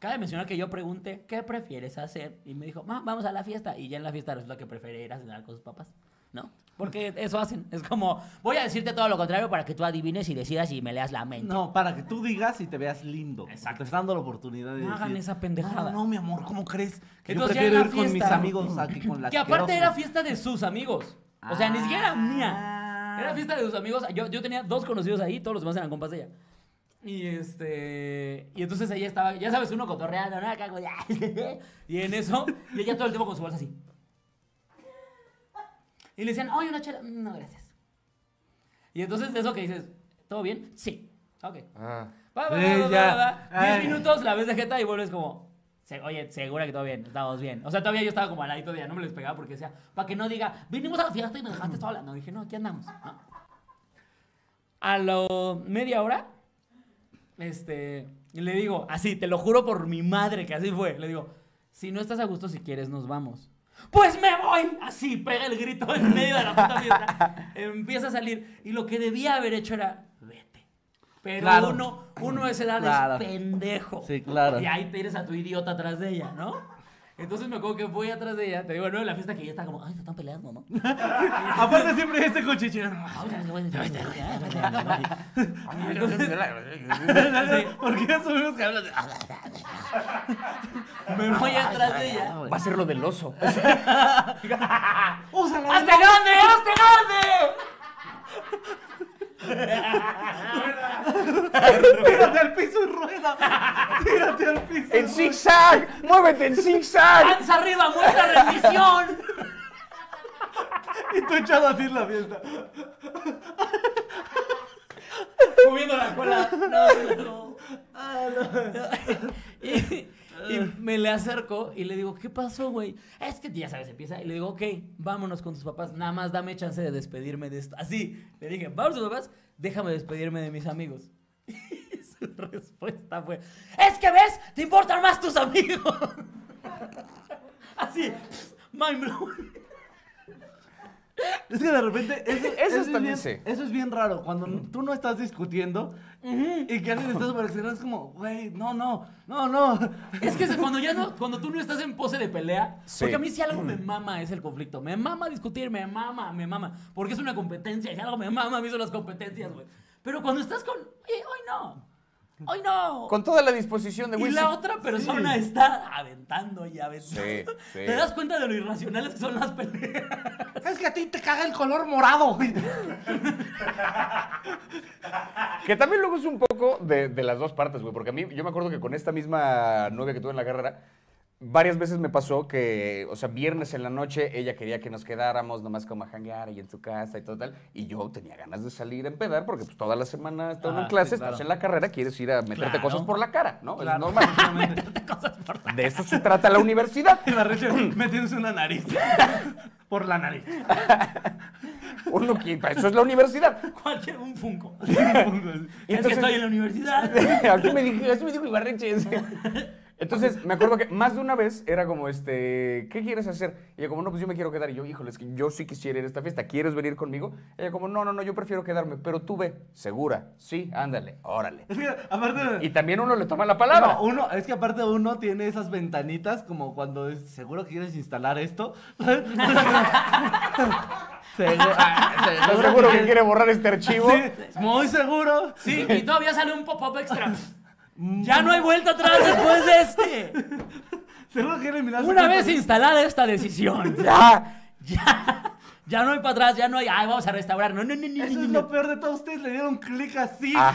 F: Cabe mencionar que yo pregunté, ¿qué prefieres hacer? Y me dijo, ma, vamos a la fiesta. Y ya en la fiesta resulta que prefería ir a cenar con sus papás, ¿no? Porque eso hacen. Es como, voy a decirte todo lo contrario para que tú adivines y decidas y me leas la mente.
D: No, para que tú digas y te veas lindo.
C: Exacto.
D: Te está dando la oportunidad de
C: No hagan
D: decir,
C: esa pendejada.
D: No, no, mi amor, ¿cómo crees? Que yo
C: Entonces, ya
D: prefiero ir
C: en la
D: con mis
C: fiesta.
D: amigos aquí con la
C: Que aparte
D: asquerosa.
C: era fiesta de sus amigos. O sea, ni siquiera era mía.
D: Ah.
C: Era fiesta de sus amigos. Yo, yo tenía dos conocidos ahí, todos los demás eran compas de ella. Y este. Y entonces ella estaba, ya sabes, uno cotorreando, ¿no? Acá, güey, Y en eso, y ella todo el tiempo con su bolsa así. Y le decían, oye, una chela. Mm, No, gracias. Y entonces de eso que dices, ¿todo bien? Sí. Ok.
E: Ah.
C: Va, va, va,
D: Sí,
C: va,
D: ya.
C: va, va. Diez
D: Ay.
C: minutos, la ves de jeta y vuelves como... "Se- Oye, segura que todo bien, estamos bien. O sea, todavía yo estaba como al ladito de ella, no me les pegaba porque decía, para que no diga, vinimos a la fiesta y me dejaste sola. No, dije, no, aquí andamos. ¿no? A lo media hora, este, le digo, así, te lo juro por mi madre que así fue. Le digo, si no estás a gusto, si quieres, nos vamos. Pues me voy. Así, pega el grito en medio de la puta fiesta. Empieza a salir. Y lo que debía haber hecho era, vete. Pero
D: Claro.
C: uno, uno de esa edad
D: Claro.
C: es pendejo.
D: Sí, claro.
C: Y ahí tienes a tu idiota atrás de ella, ¿no? Entonces me acuerdo que voy atrás de ella. Te digo, no, en la fiesta que ya está como, ay, se están peleando, ¿no?
D: Aparte siempre este cochichero.
C: Y entonces-
D: ¿Por qué asumimos que hablas de... Ah,
C: me voy atrás de ella.
E: Va a ser lo del oso.
D: ¡Úsala!
C: ¡Hazte grande! ¡Hazte grande!
D: ¡Tírate al piso y rueda! ¡Tírate al piso! y
E: ¡En zigzag! ¡Muévete en zigzag!
C: ¡Panza arriba, muestra rendición!
D: rueda! Y tú echado así en la fiesta.
C: Moviendo la cola. No, no, no. Ah, y, y me le acerco y le digo, ¿qué pasó, güey? Es que ya sabes, empieza. Y le digo, ok, vámonos con tus papás. Nada más dame chance de despedirme de esto. Así, le dije, vámonos con tus papás, déjame despedirme de mis amigos. Y su respuesta fue, es que ves, te importan más tus amigos. Así, mind blown.
D: Es que de repente... Eso,
E: Eso está
D: bien,
E: dice.
D: Eso es bien raro. Cuando tú no estás discutiendo y que alguien está súper exagerado, es como... Güey, no, no, no, no.
C: Es que es cuando ya no, cuando tú no estás en pose de pelea,
E: Sí. Mm.
C: porque a mí si algo me mama es el conflicto. Me mama discutir, me mama, me mama. Porque es una competencia, si algo me mama, a mí son las competencias, güey. Pero cuando estás con, oye, hoy no.
I: ¡Ay, no!
E: Con toda la disposición de
C: Y
E: Will
C: la
E: Smith.
C: otra persona está aventando y aventando.
E: Sí, sí.
C: ¿Te das cuenta de lo irracionales que son las peleas?
D: Es que a ti te caga el color morado, güey.
E: Que también luego es un poco de, de las dos partes, güey. Porque a mí, yo me acuerdo que con esta misma novia que tuve en la carrera, varias veces me pasó que, o sea, viernes en la noche, ella quería que nos quedáramos nomás como a janguear y en su casa y todo tal. Y yo tenía ganas de salir a empedar porque, pues, toda la semana estás
C: Ah,
E: en
C: sí,
E: clase,
C: claro.
E: estás en la carrera, quieres ir a meterte
C: Claro.
E: cosas por la cara, ¿no? Es
D: Claro,
E: normal.
D: obviamente.
E: De eso se trata la universidad.
D: Y la recha, metiéndose una nariz. Por la nariz.
E: Uno que, para eso es la universidad.
C: Cualquier un funko.
E: Y
C: es que
E: entonces-
C: estoy en la universidad.
E: así, me dijo, así me dijo Ibarreche. Entonces, me acuerdo que más de una vez era como, este, ¿qué quieres hacer? Y ella como, no, pues yo me quiero quedar. Y yo, híjole, es que yo sí quisiera ir a esta fiesta. ¿Quieres venir conmigo? Y ella como, no, no, no, yo prefiero quedarme. Pero tú ve, segura. Sí, ándale, órale.
D: Es que, aparte.
E: Y también uno le toma la palabra.
D: No, uno, es que aparte uno tiene esas ventanitas como cuando es, seguro que quieres instalar esto. Segu- ah,
E: Está
D: seguro,
E: seguro que quiere borrar este archivo.
D: Sí, muy seguro.
C: Sí, y todavía sale un pop-up extra.
D: Mm.
C: Ya no hay vuelta atrás después de este.
D: Seguro que quiere eliminar su
C: Una
D: cuenta.
C: vez instalada esta decisión,
E: Ya.
C: ya, ya no hay para atrás, ya no hay, ay, vamos a restaurar. No, no, no, no,
D: Eso
C: no,
D: es
C: no.
D: lo peor de todo. Ustedes le dieron clic así.
E: Ah,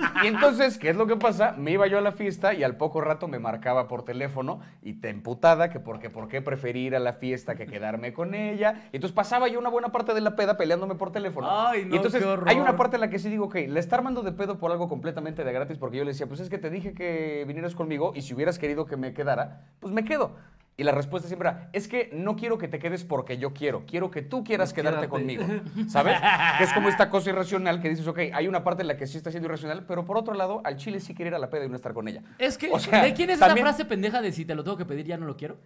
E: Ajá. Y entonces, ¿qué es lo que pasa? Me iba yo a la fiesta y al poco rato me marcaba por teléfono y te emputada que porque por qué preferí ir a la fiesta que quedarme con ella. Y entonces pasaba yo una buena parte de la peda peleándome por teléfono.
C: Ay, no,
E: y entonces
C: qué horror.
E: hay una parte en la que sí digo, ok, le está armando de pedo por algo completamente de gratis porque yo le decía, pues es que te dije que vinieras conmigo y si hubieras querido que me quedara, pues me quedo. Y la respuesta siempre era, es que no quiero que te quedes porque yo quiero, quiero que tú quieras quedarte
D: Quédate.
E: conmigo. ¿Sabes? Que es como esta cosa irracional que dices, ok, hay una parte en la que sí está siendo irracional, pero por otro lado, al chile sí quiere ir a la peda y no estar con ella.
C: Es que,
E: O sea,
C: ¿de quién es
E: también-
C: esa frase pendeja de si te lo tengo que pedir, ya no lo quiero?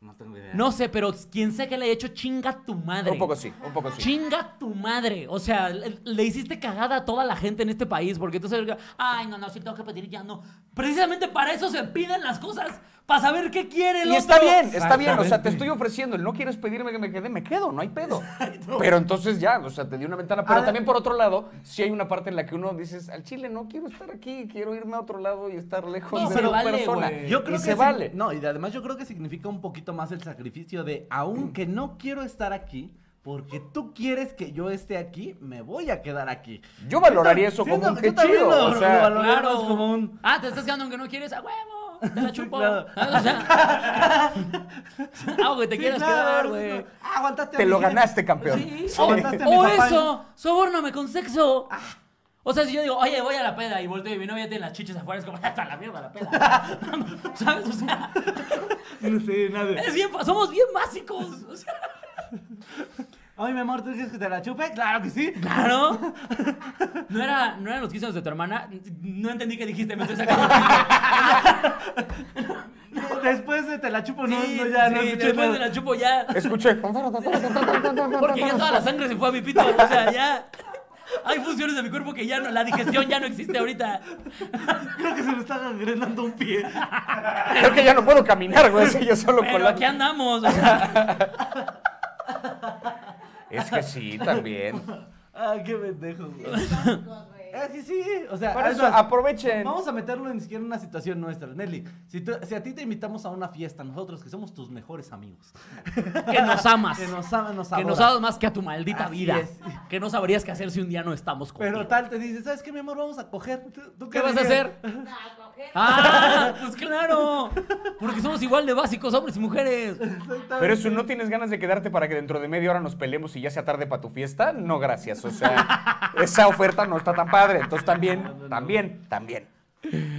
D: No tengo idea.
C: No sé, pero quien sé que le he hecho, chinga tu madre.
E: Un poco sí, un poco
D: Pues
E: sí.
C: Chinga tu madre. O sea, le, le hiciste cagada a toda la gente en este país. Porque entonces, ay, no, no, sí tengo que pedir, ya no. Precisamente para eso se piden las cosas. Para saber qué quiere el
E: Y
C: otro.
E: está bien, está bien, o sea,
D: Exactamente.
E: te estoy ofreciendo, el no quieres pedirme que me quede, me quedo, no hay pedo. Pero entonces ya, o sea, te di una ventana. Pero
D: Ah,
E: también por otro lado, sí hay una parte en la que uno dices, al chile no quiero estar aquí, quiero irme a otro lado y estar lejos
C: No,
E: de
C: se
E: esa
C: vale,
E: persona.
C: güey.
D: Yo creo
E: y
D: que
E: se
D: sí-
E: vale.
D: No, y además yo creo que significa un poquito más el sacrificio de, aunque no quiero estar aquí, porque tú quieres que yo esté aquí, me voy a quedar aquí.
E: Yo valoraría eso
D: Sí,
E: como
D: no,
E: un
D: yo
E: qué
D: también
E: chido.
D: lo-
E: o
D: lo
E: sea,
D: valoro.
C: Claro.
D: Es como un-
C: Ah, te estás quedando aunque no quieres. ¡A huevo! Te la chupo.
D: claro.
C: Ah, o sea, ah, güey, te
D: Sí,
C: quieras
D: claro,
C: quedar,
D: sí,
C: güey.
D: no. Ah, aguantaste. a
E: te
D: mi
E: lo
D: jefe.
E: ganaste, campeón.
C: Sí.
D: Sí.
C: O,
D: Aguantaste a mi
C: o
D: papá. Ah.
C: eso, sobórname con sexo. O sea, si yo digo, oye, voy a la peda y volteo y mi novia tiene las chichas afuera, es como, "Ah, hasta la mierda la peda. ¿Sabes? O sea,
D: Sí, nadie.
C: es bien, fa- somos bien básicos. O sea,
D: Ay, mi amor, ¿tú quieres que te la chupe? Claro que sí.
C: claro. No era, no eran los 15 años de tu hermana. No entendí qué dijiste, me estoy sacando.
D: Después de te la chupo, no,
C: Sí,
D: no, ya,
C: sí,
D: no escuché
C: después
D: nada.
C: de la chupo ya.
E: Escuché.
C: Porque ya toda la sangre se fue a mi pito. O sea, ya. Hay funciones de mi cuerpo que ya no. La digestión ya no existe ahorita.
D: Creo que se me está gangrenando un pie.
E: Creo que ya no puedo caminar, güey. así yo solo con
C: Pero
E: la-
C: aquí andamos. o sea,
E: Es que sí, también.
D: Ay, Ah, qué pendejo, güey. Ah, sí, sí. O sea,
E: Por eso,
D: además,
E: aprovechen.
D: Vamos a meterlo en siquiera en una situación nuestra. Nelly, si, tú- si a ti te invitamos a una fiesta, nosotros que somos tus mejores amigos.
C: que nos amas.
D: Que nos aman, nos
C: Que nos
D: adoran.
C: amas más que a tu maldita
D: Así
C: vida.
D: es.
C: Que no sabrías qué hacer si un día no estamos contigo.
D: Pero tal te dice, ¿sabes qué, mi amor? Vamos a coger. ¿Tú- tú
C: ¿Qué vas a
D: dirías?
C: hacer?
J: Nada, coger.
C: ¡Ah! Pues claro. Porque somos igual de básicos, hombres y mujeres.
D: Exactamente.
E: Pero eso, ¿no tienes ganas de quedarte para que dentro de media hora nos peleemos y ya sea tarde para tu fiesta? No, gracias. O sea, esa oferta no está tan padre. Entonces también, también, también.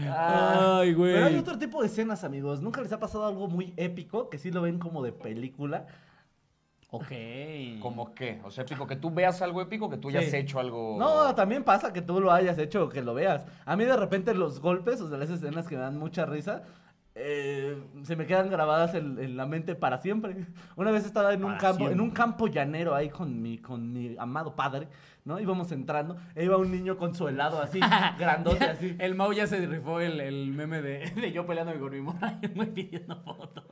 D: Ah,
C: Ay, güey.
D: Pero hay otro tipo de escenas, amigos. ¿Nunca les ha pasado algo muy épico que sí lo ven como de película?
C: Ok.
E: ¿Cómo qué? O sea, épico, que tú veas algo épico, que tú ya
D: Sí.
E: has hecho algo...
D: No, también pasa que tú lo hayas hecho o que lo veas. A mí de repente los golpes, o sea, las escenas que me dan mucha risa, eh, se me quedan grabadas en, en la mente para siempre. Una vez estaba en un
C: Para
D: campo, en
C: siempre.
D: un campo llanero ahí con mi, con mi amado padre, ¿no? Íbamos entrando, e iba un niño con su helado así, grandote así.
C: El Mau ya se rifó el, el meme de, de yo peleándome con mi morra y el güey pidiendo fotos.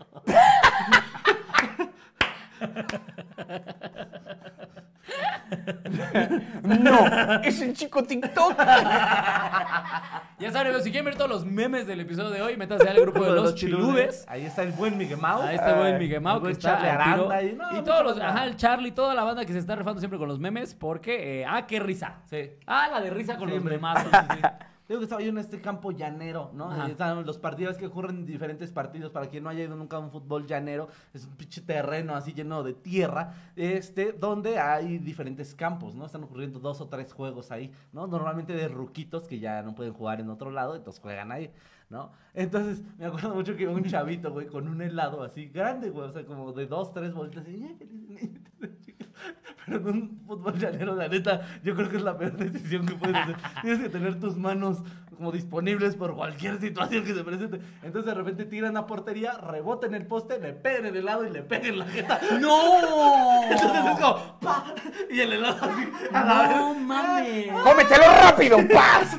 E: No, es el chico TikTok.
C: Ya saben, amigos, si quieren ver todos los memes del episodio de hoy, métanse al grupo de los chiludes.
D: Ahí está el buen Miguel Mau.
C: Ahí está el
D: Eh,
C: buen Miguel Mau,
D: el
C: que
D: buen
C: está
D: Charlie
C: al tiro.
D: Aranda. Y, no,
C: y
D: mucha
C: todos los,
D: banda.
C: ajá, el Charlie, toda la banda que se está rifando siempre con los memes, porque, eh, ah, qué risa.
D: Sí.
C: Ah, la de risa con
D: Sí,
C: los
D: hombre.
C: memazos. sí, sí.
D: Digo que estaba yo en este campo llanero, ¿no?
C: Ajá.
D: Ahí Están los partidos que ocurren en diferentes partidos. Para quien no haya ido nunca a un fútbol llanero, es un pinche terreno así lleno de tierra, este, donde hay diferentes campos, ¿no? Están ocurriendo dos o tres juegos ahí, ¿no? Normalmente de ruquitos que ya no pueden jugar en otro lado, entonces juegan ahí, ¿no? Entonces, me acuerdo mucho que un chavito, güey, con un helado así grande, güey, o sea, como de dos, tres bolitas, y "Ay, feliz niño". Pero en un fútbol llanero, la neta, yo creo que es la peor decisión que puedes hacer. Tienes que tener tus manos como disponibles por cualquier situación que se presente. Entonces, de repente tiran a portería, reboten el poste, le peguen el helado y le peguen la jeta.
C: ¡No!
D: Entonces es como ¡pa! Y el helado así. A la
C: ¡No
D: vez.
C: mames!
E: ¡Cómetelo rápido, paz!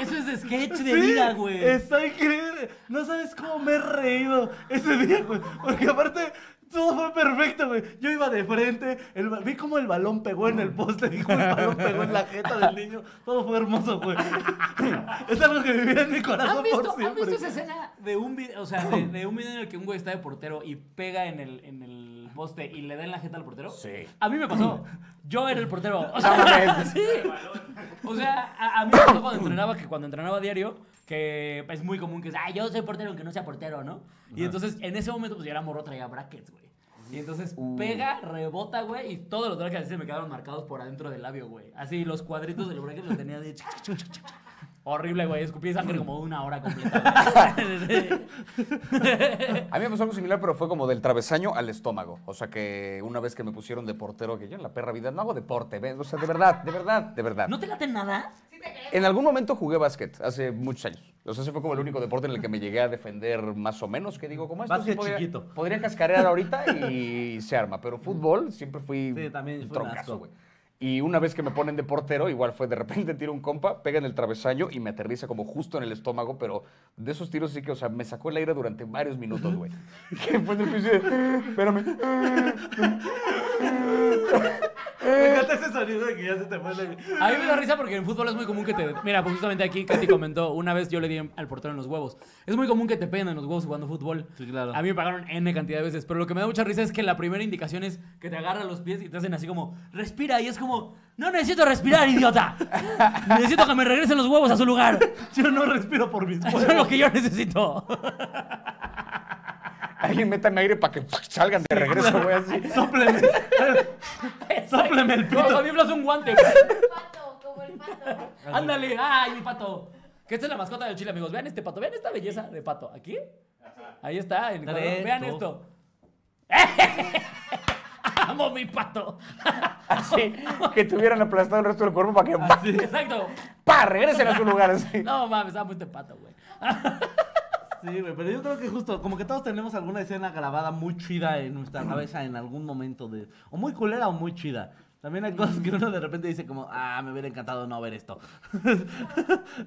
C: Eso es de sketch de
D: Sí,
C: vida, güey.
D: Está increíble. No sabes cómo me he reído ese día, güey. Porque aparte. Todo fue perfecto, güey. Yo iba de frente, el ba- vi cómo el balón pegó en el poste, vi cómo el balón pegó en la jeta del niño. Todo fue hermoso, güey. Es algo que vivía en mi corazón
C: ¿Han visto,
D: por
C: han
D: siempre.
C: visto esa escena de un video, o sea, de, de un video en el que un güey está de portero y pega en el, en el poste y le da en la jeta al portero?
E: Sí.
C: A mí me pasó. Yo era el portero. O sea, sí. O sea, a, a mí me pasó cuando entrenaba, que cuando entrenaba diario, que es muy común que es, ah, yo soy portero aunque no sea portero, ¿no? Y entonces, en ese momento, pues yo era morro, traía brackets, güey. Y entonces pega, rebota, güey, y todos los brackets así se me quedaron marcados por adentro del labio, güey. Así, los cuadritos del bracket los tenía de... Horrible, güey. Escupí sangre como una hora completa. güey.
E: A mí me pasó algo similar, pero fue como del travesaño al estómago. O sea que una vez que me pusieron de portero, que yo en la perra vida no hago deporte, ¿ves? O sea, de verdad, de verdad, de verdad.
C: ¿No te late nada?
G: Sí te quedé
E: En algún momento jugué básquet, hace muchos años. O sea, ese fue como el único deporte en el que me llegué a defender más o menos, que digo, como esto
D: Básquet
E: podría,
D: chiquito.
E: podría cascarear ahorita y se arma. Pero fútbol siempre fui
D: Sí, también
E: un
D: fue un
E: troncazo,
D: asco.
E: güey. Y una vez que me ponen de portero, igual fue de repente tiro un compa, pega en el travesaño y me aterriza como justo en el estómago, pero de esos tiros sí que, o sea, me sacó el aire durante varios minutos, güey. que fue en el piso y de, espérame.
D: Me encanta ese sonido de que ya se te fue la...
C: A mí me da risa porque en fútbol es muy común que te. Mira, pues justamente aquí Katy comentó: una vez yo le di al portero en los huevos. Es muy común que te peguen en los huevos jugando fútbol.
D: Sí, claro.
C: A mí me pagaron N cantidad de veces. Pero lo que me da mucha risa es que la primera indicación es que te agarran los pies y te hacen así como: respira. Y es como: no necesito respirar, idiota. necesito que me regresen los huevos a su lugar.
D: Yo no respiro por mis
C: Eso es lo
D: huevos.
C: que yo necesito.
E: Alguien métame aire para que salgan de regreso, güey, así.
D: Sópleme. Sópleme el
C: Como
D: pito.
C: cuando inflas un guante, güey.
G: como el pato, como el pato.
C: Ándale, ay, mi pato. Que esta es la mascota del chile, amigos. Vean este pato, vean esta belleza de pato. ¿Aquí? Ahí está, en el
D: Dale,
C: cuadro. Vean
D: tú.
C: esto. Amo mi pato.
E: Así, que te hubieran aplastado el resto del cuerpo para que
D: Ah,
E: ¡pa!
C: Exacto.
E: ¡pa! regresen a su lugar así.
C: No mames, amo este pato, güey.
D: Sí, güey, pero yo creo que justo, como que todos tenemos alguna escena grabada muy chida en nuestra cabeza en algún momento de... O muy culera o muy chida. También hay cosas que uno de repente dice como, ah, me hubiera encantado no ver esto.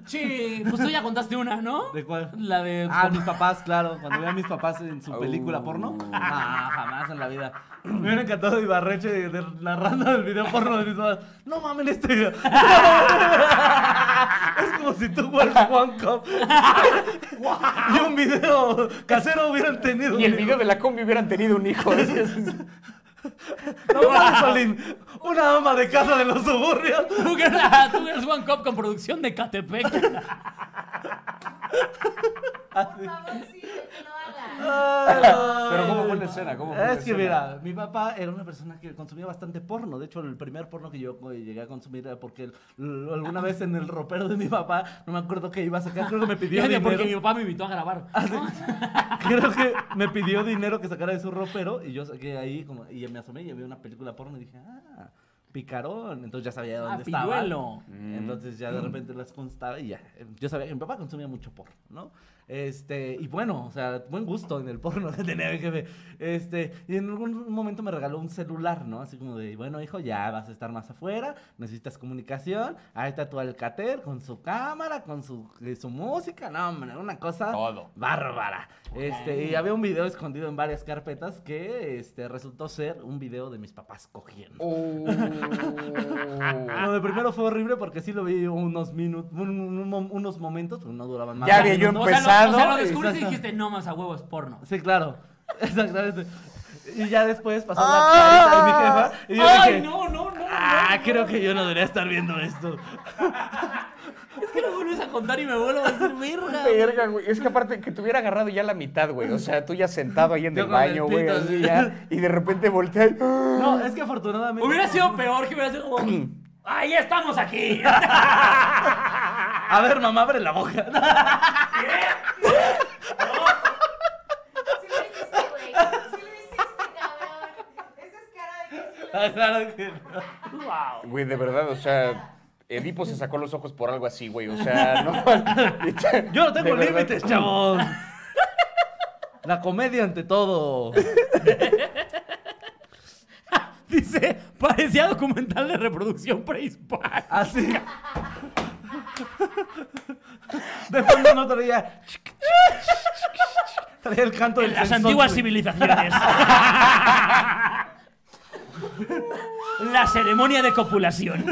C: Sí, pues tú ya contaste una, ¿no?
D: ¿De cuál?
C: La de.
D: Ah, mis papás, claro. Cuando veo a mis papás en su película
E: Oh.
D: porno. Ah, jamás en la vida. Me hubiera encantado Ibarreche de, de narrando el video porno de mis papás. No mames este video. es como si tú fueras One Cup. y un video casero hubieran tenido.
E: Y el video de la combi hubieran tenido un hijo. así, así, así.
D: No mames, Solín. Una ama de casa de los suburbios.
C: Tú que eras- tú que eres One Cup con producción de Catepec.
G: Por favorcito, que no hagas.
E: Pero
D: Pero
E: ¿cómo fue la escena? ¿Cómo fue la
D: Es que
E: escena?
D: mira, mi papá era una persona que consumía bastante porno. De hecho, el primer porno que yo eh, llegué a consumir era porque el- l- alguna vez en el ropero de mi papá, no me acuerdo qué iba a sacar, creo que me pidió
C: Fíjate, porque mi
D: dinero.
C: papá me invitó a grabar.
D: Ah, Creo que me pidió dinero que sacara de su ropero y yo saqué ahí como y me asomé y había una película porno y dije, "Ah, picarón." Entonces ya sabía
C: Ah,
D: dónde estaba.
C: pilluelo.
D: Entonces ya de repente las constaba y ya. Yo sabía que mi papá consumía mucho porno, ¿no? Este, y bueno, o sea, buen gusto en el porno que tenía mi jefe. Este, y en algún momento me regaló un celular, ¿no? Así como de, bueno, hijo, ya vas a estar más afuera, necesitas comunicación, ahí está tu Alcatel con su cámara, con su, eh, su música, no, hombre, una cosa
E: Todo.
D: bárbara. Este, y había un video escondido en varias carpetas que este, resultó ser un video de mis papás cogiendo.
E: Oh.
D: Lo de primero fue horrible porque sí lo vi unos minutos, unos momentos, pero no duraban más.
E: Ya
D: de
E: había
D: un
E: yo
D: minuto.
F: O sea, lo, o sea, lo
E: Pesado,
F: descubriste y
D: exacto.
F: dijiste, no más a huevo, es porno.
D: Sí, claro. Exactamente. Y ya después pasó la
E: Ah.
D: clarita de mi jefa. Y yo
F: Ay,
D: dije,
F: no, no, no, no.
D: ah, creo que yo no debería estar viendo esto.
F: Es que lo vuelves a contar y me vuelvo a decir, verga.
E: Verga, güey. Es que aparte que te hubiera agarrado ya la mitad, güey. O sea, tú ya sentado ahí en
D: Yo
E: el
D: con el
E: baño, güey.
D: pito
E: así
D: así.
E: ya. Y de repente voltea y- ¡Ah!
D: No, es que afortunadamente.
F: Hubiera sido peor que hubiera sido como, ¡ahí estamos aquí!
D: A ver, mamá, abre la boca.
G: Sí lo hiciste, güey. Sí lo hiciste, cabrón. Esa es cara de
D: Ah, claro
G: que sí lo
D: que no.
E: Güey, de verdad, o sea. Edipo se sacó los ojos por algo así, güey. O sea, no.
D: Yo no tengo
E: De verdad.
D: límites, chavos. La comedia ante todo.
F: Dice, parecía documental de reproducción prehispánica.
D: Así. De fondo no traía. Traía el canto del
F: En las
D: sensontle.
F: antiguas civilizaciones. La ceremonia de copulación.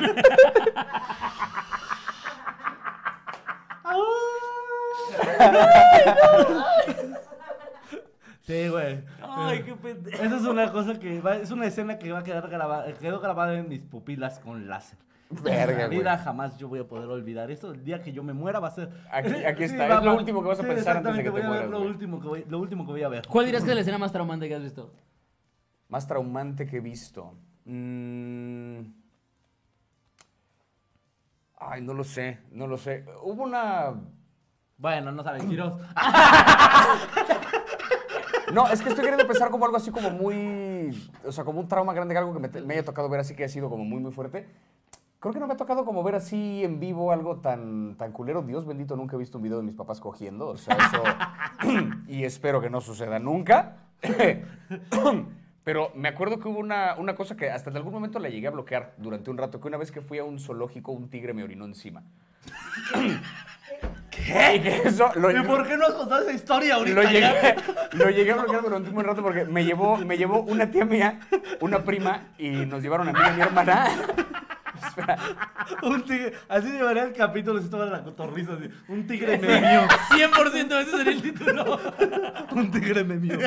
D: Sí, güey.
F: Ay, qué pendejo.
D: Esa es una cosa que va- es una escena que va a quedar grabada, quedó grabada en mis pupilas con láser.
E: Verga,
D: En mi
E: güey.
D: vida jamás yo voy a poder olvidar esto. El día que yo me muera va a ser.
E: Aquí- aquí está, es
D: va-
E: lo
D: va-
E: último que vas a pensar antes de que
D: exactamente,
E: te
D: voy a ver
E: mueras,
D: Lo
E: güey.
D: último, que voy, lo último que voy a ver.
F: ¿Cuál dirás que es la escena más traumante que has visto?
E: Más traumante que he visto. Mm. Ay, no lo sé, no lo sé. Hubo una.
D: Bueno, no sabes, Giros.
E: No, es que estoy queriendo pensar como algo así como muy. O sea, como un trauma grande, algo que me, te- me haya tocado ver así que ha sido como muy, muy fuerte. Creo que no me ha tocado como ver así en vivo algo tan, tan culero. Dios bendito, nunca he visto un video de mis papás cogiendo. O sea, eso. y espero que no suceda nunca. Pero me acuerdo que hubo una, una cosa que hasta en algún momento la llegué a bloquear durante un rato, que una vez que fui a un zoológico, un tigre me orinó encima. ¿Qué? Y que eso lo,
D: ¿Y por qué no has contado esa historia ahorita?
E: lo
D: ya?
E: llegué, lo llegué a bloquear durante un buen rato porque me llevó, me llevó una tía mía, una prima, y nos llevaron a mí y a mi hermana. Espera.
D: Un tigre. Así llevaría el capítulo si estaba la cotorriza. así. Un tigre me mío.
F: 100% ese sería el título.
D: Un tigre me mío.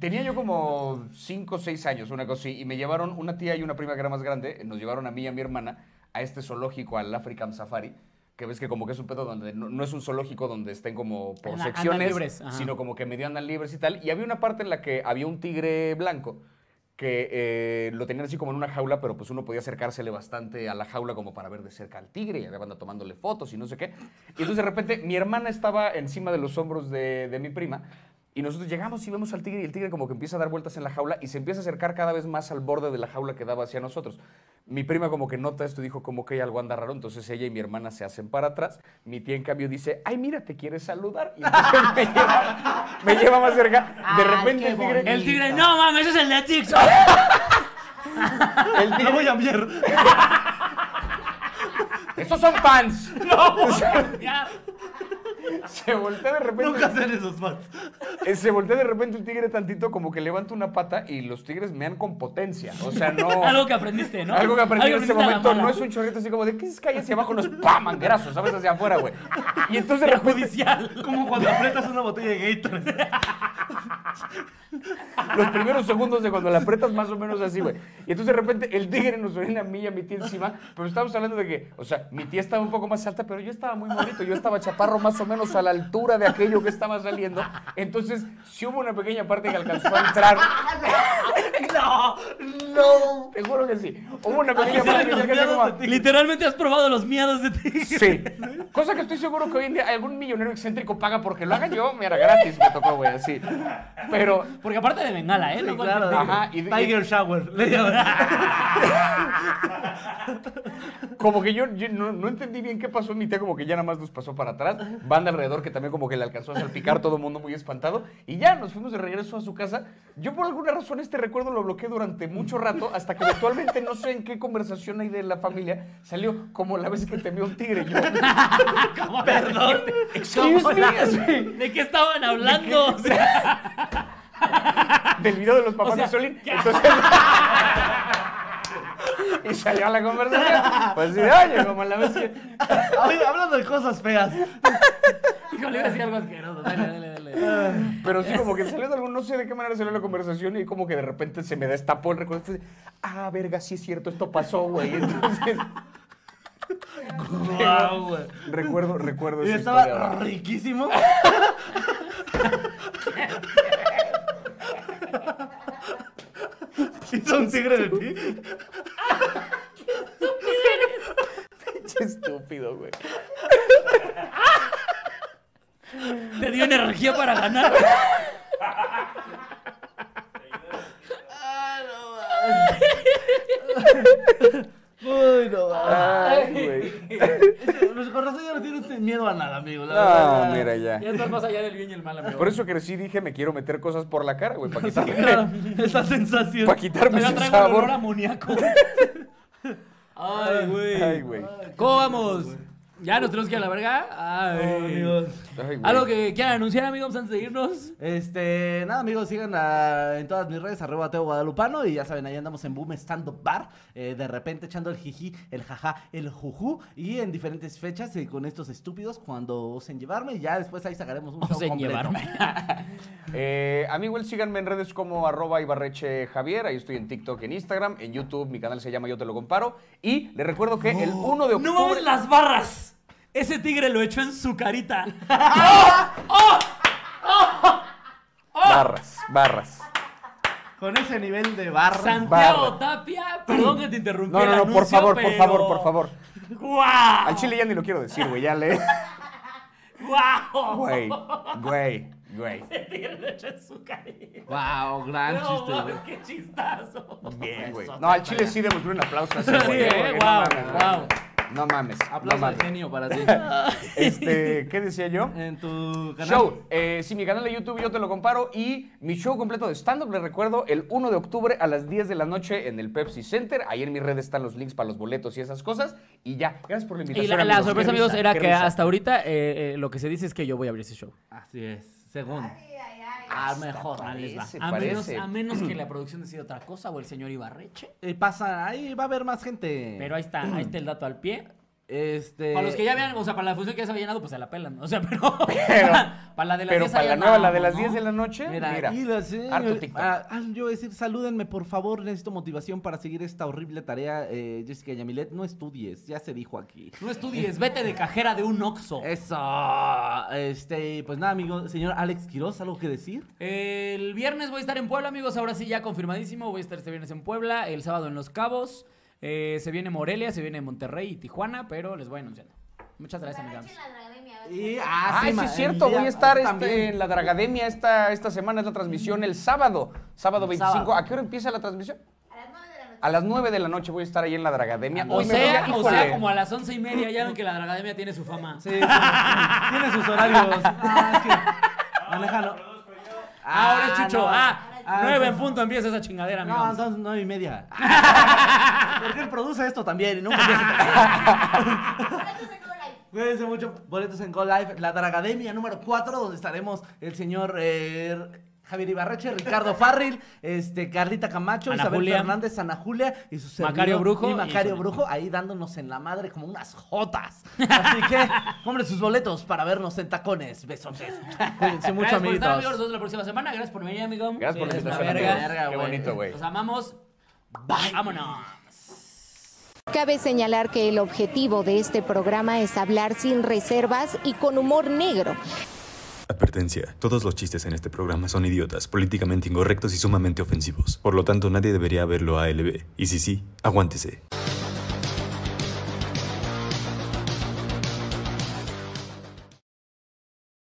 E: Tenía yo como 5 o 6 años, una cosa así, y me llevaron una tía y una prima que era más grande, nos llevaron a mí y a mi hermana a este zoológico, al African Safari, que ves que como que es un pedo donde no, no es un zoológico donde estén como por
F: Anda- andan
E: secciones,
F: libres, ajá.
E: sino como que medio andan libres y tal. Y había una parte en la que había un tigre blanco que eh, lo tenían así como en una jaula, pero pues uno podía acercársele bastante a la jaula como para ver de cerca al tigre y había banda tomándole fotos y no sé qué. Y entonces de repente mi hermana estaba encima de los hombros de, de mi prima y nosotros llegamos y vemos al tigre y el tigre como que empieza a dar vueltas en la jaula y se empieza a acercar cada vez más al borde de la jaula que daba hacia nosotros. Mi prima como que nota esto y dijo como que hay algo anda raro, entonces ella y mi hermana se hacen para atrás. Mi tía en cambio dice, ay mira, te quieres saludar. Y entonces me lleva, me lleva más cerca. De
A: Ay,
E: repente
A: qué
E: el tigre...
F: El tigre, no mames, ese es el de TikTok.
E: el tigre-
D: No voy a ver.
E: ¡Esos son fans!
F: No, ya.
E: Se voltea de repente.
D: Nunca sean esos fans.
E: eh, Se voltea de repente un tigre tantito como que levanta una pata y los tigres mean con potencia. O sea, no.
F: Oh. Algo que este aprendiste, ¿no?
E: Algo que aprendí en
F: aprendiste
E: ese
F: a la
E: momento
F: mala.
E: no es un chorrito así como de que calle hacia abajo, no es ¡pam! manguerazo, ¿sabes? Hacia afuera, güey. Y entonces de repente
F: judicial.
D: Como cuando aprietas una botella de Gatorade.
E: los primeros segundos de cuando la apretas más o menos así, güey. Y entonces de repente el tigre nos orina a mí y a mi tía encima, pero estábamos hablando de que, o sea, mi tía estaba un poco más alta, pero yo estaba muy bonito, yo estaba chaparro más o menos a la altura de aquello que estaba saliendo. Entonces, sí hubo una pequeña parte que alcanzó a entrar.
K: ¡No!
E: No. Te juro que sí. Hubo una pequeña
C: Ay,
E: parte
C: sí,
E: que hacía como-
C: Literalmente has probado los miedos de ti.
E: Sí. Cosa que estoy seguro que hoy en día algún millonero excéntrico paga porque lo haga yo, mira, gratis me tocó, güey, así. Pero,
C: Porque aparte de bengala, ¿eh?
D: Sí,
C: No
D: claro.
C: cualquier-
E: ajá, y- y-
D: Tiger Shower. le llaman.
E: Como que yo, yo no, no entendí bien qué pasó en mi tía, como que ya nada más nos pasó para atrás. Banda alrededor que también como que le alcanzó a salpicar, todo el mundo muy espantado. Y ya nos fuimos de regreso a su casa. Yo por alguna razón este recuerdo lo bloqueé durante mucho rato, hasta que eventualmente no sé en qué conversación hay de la familia, salió como la vez que temió un tigre. Yo,
C: Perdón.
E: excuse me, así,
C: ¿De qué estaban hablando? O sea,
E: del video de los papás
C: O sea,
E: de Solín. Entonces... Y salió a la conversación. Pues sí, oye, como la vez que...
D: Oye, hablando de cosas feas.
C: híjole, iba a decir algo asqueroso. Dale, dale, dale.
E: Pero sí, como que salió de algún, no sé de qué manera salió la conversación y como que de repente se me destapó el recuerdo. Entonces, ah, verga, sí es cierto, esto pasó, güey. Entonces,
D: Guau, güey.
E: recuerdo, recuerdo
D: Y
E: esa
D: estaba
E: historia.
D: riquísimo. Hizo un tigre de ti.
E: Qué estúpido, güey.
C: Te dio energía para ganar.
D: Uy, no.
E: Ay, güey.
D: Pues con razón ya no tienes miedo a nada, amigo. La
E: No,
D: verdad.
E: mira ya.
C: Ya estás más allá del bien y el mal, amigo.
E: Por eso crecí, dije, me quiero meter cosas por la cara, güey, para
D: Claro,
E: quitarme,
D: Esa sensación.
E: para quitarme
C: Ya
E: ese
C: traigo el olor a
E: sabor.
C: amoníaco. Ay, güey.
E: Ay, güey.
C: ¿Cómo vamos? ¿Ya nos tenemos que ir a la verga?
D: Ay,
C: Ay.
D: amigos.
E: Ay, güey.
C: ¿Algo que quieran anunciar, amigos, antes de irnos?
D: Este, nada amigos, sigan a- en todas mis redes, arroba Teo Guadalupano y ya saben, ahí andamos en Boom Stand Up Bar, eh, de repente echando el jiji, el jaja, el juju y en diferentes fechas eh, con estos estúpidos cuando osen llevarme y ya después ahí sacaremos un show
C: Osen
D: completo.
C: llevarme.
E: Eh, a mí igual síganme en redes como arroba Ibarreche Javier, ahí estoy en TikTok, en Instagram, en YouTube, mi canal se llama Yo Te Lo Comparo. Y les recuerdo que el 1 de octubre...
C: ¡No mames las barras! Ese tigre lo echó en su carita.
E: Barras, barras.
D: Con ese nivel de barra.
C: Santiago
E: Barra.
C: Tapia, perdón que te interrumpí.
E: No,
C: el
E: no, no, por
C: anuncio,
E: favor, por
C: pero-
E: favor, por favor.
C: ¡Guau!
E: Al chile ya ni lo quiero decir, güey, ya le.
C: ¡Guau!
E: Güey, güey, güey.
C: Ese tigre lo echó en su carita.
D: Wow, gran
C: No,
D: chiste, güey.
C: mames, qué chistazo.
E: Bien, güey. No, al chile sí demostré un aplauso así,
C: Sí,
E: güey.
C: eh,
E: porque
C: guau,
E: no mames,
C: guau.
E: güey. No mames, no
D: Aplauso de
E: mames.
D: genio para ti.
E: Este, ¿qué decía yo?
D: en tu canal.
E: Show, eh, sí, mi canal de YouTube yo te lo comparo y mi show completo de stand-up, les recuerdo, el 1 de octubre a las 10 de la noche en el Pepsi Center. Ahí en mi red están los links para los boletos y esas cosas. Y ya, gracias por la invitación.
C: Y la, la
E: amigos. Qué
C: sorpresa, amigos,
E: risa,
C: era
E: qué
C: que
E: risa.
C: hasta ahorita eh, eh, lo que se dice es que yo voy a abrir ese show.
D: Así es, según.
G: Ay, ay, ay.
C: Ah,
D: A mejor.
E: parece.
D: ahí les va.
C: A menos,
E: parece.
C: a menos que la producción decida otra cosa o el señor Ibarreche.
D: Eh, pasa, ahí va a haber más gente.
C: Pero ahí está, ahí está el dato al pie.
E: Eh,
D: este.
C: Para los que ya vean, o sea, para la función que ya se había llenado, pues se la pelan. O sea, pero.
E: Pero-
C: para la de las
E: Pero
C: 10
E: para
C: ahí
E: la nueva, la de
C: andamos,
E: las
C: ¿no?
E: 10 de la noche,
D: Mira,
E: mira.
D: y la señor-
E: harto TikTok.
D: Ah, ah, yo voy a decir, salúdenme, por favor, necesito motivación para seguir esta horrible tarea. Eh, Jessica Yamilet, no estudies, ya se dijo aquí.
C: No estudies, vete de cajera de un Oxxo.
D: Eso, este, pues nada, amigo, señor Alex Quiroz, ¿algo que decir?
C: El viernes voy a estar en Puebla, amigos. Ahora sí, ya confirmadísimo. Voy a estar este viernes en Puebla, el sábado en Los Cabos. Eh, se viene Morelia, se viene Monterrey y Tijuana, pero les voy anunciando. Muchas gracias, amigos.
G: Barrache en la Dragademia, a ver.
D: Y,
E: Ah, sí,
D: ma-
E: es
D: el
E: cierto,
D: día-
E: voy a estar este,
D: también.
E: en la Dragademia esta, esta semana, es la transmisión el sábado, sábado 25.
C: Sábado.
E: ¿A qué hora empieza la transmisión?
G: A las 9 de la noche.
E: A las 9 de la noche voy a estar ahí en la Dragademia.
C: Ah, O
E: Hoy me voy
C: sea,
E: a-
C: o sea,
E: híjole.
C: como a las once y media, ya ven que la Dragademia tiene su fama.
D: Sí, sí, tiene sus horarios. Ah, es que- manéjalo.
C: Ah, ahora es Chucho.
D: no.
C: ah,
D: Ah,
C: nueve en
D: entonces-
C: punto empieza esa chingadera, amigos.
D: No, entonces nueve y media. Porque él produce esto también y nunca
G: Ahora yo saco live.
D: Cuídense mucho. Boletos en Go Live, la Dragademia número 4, donde estaremos el señor eh, Javier Ibarreche, Ricardo Farril, este, Carlita Camacho,
C: Ana
D: Isabel
C: Julia.
D: Fernández, Ana Julia y su servidor,
C: Macario Brujo
D: Y
C: y
D: Macario
C: su-
D: Brujo ahí dándonos en la madre como unas jotas. Así que compren sus boletos para vernos en tacones. Besos, besos. Cuídense mucho,
C: Gracias por estar,
D: amiguitos.
C: amigos. Nos vemos la próxima semana. Gracias por venir, amigo.
E: Gracias por la
C: Eres una
E: invitación,
C: verga.
E: amigos. Qué
D: güey.
E: bonito, güey.
C: Los amamos. Bye. Vámonos.
A: Cabe señalar que el objetivo de este programa es hablar sin reservas y con humor negro.
B: A Advertencia. Todos los chistes en este programa son idiotas, políticamente incorrectos y sumamente ofensivos. Por lo tanto, nadie debería verlo a ALB. Y si sí, aguántese.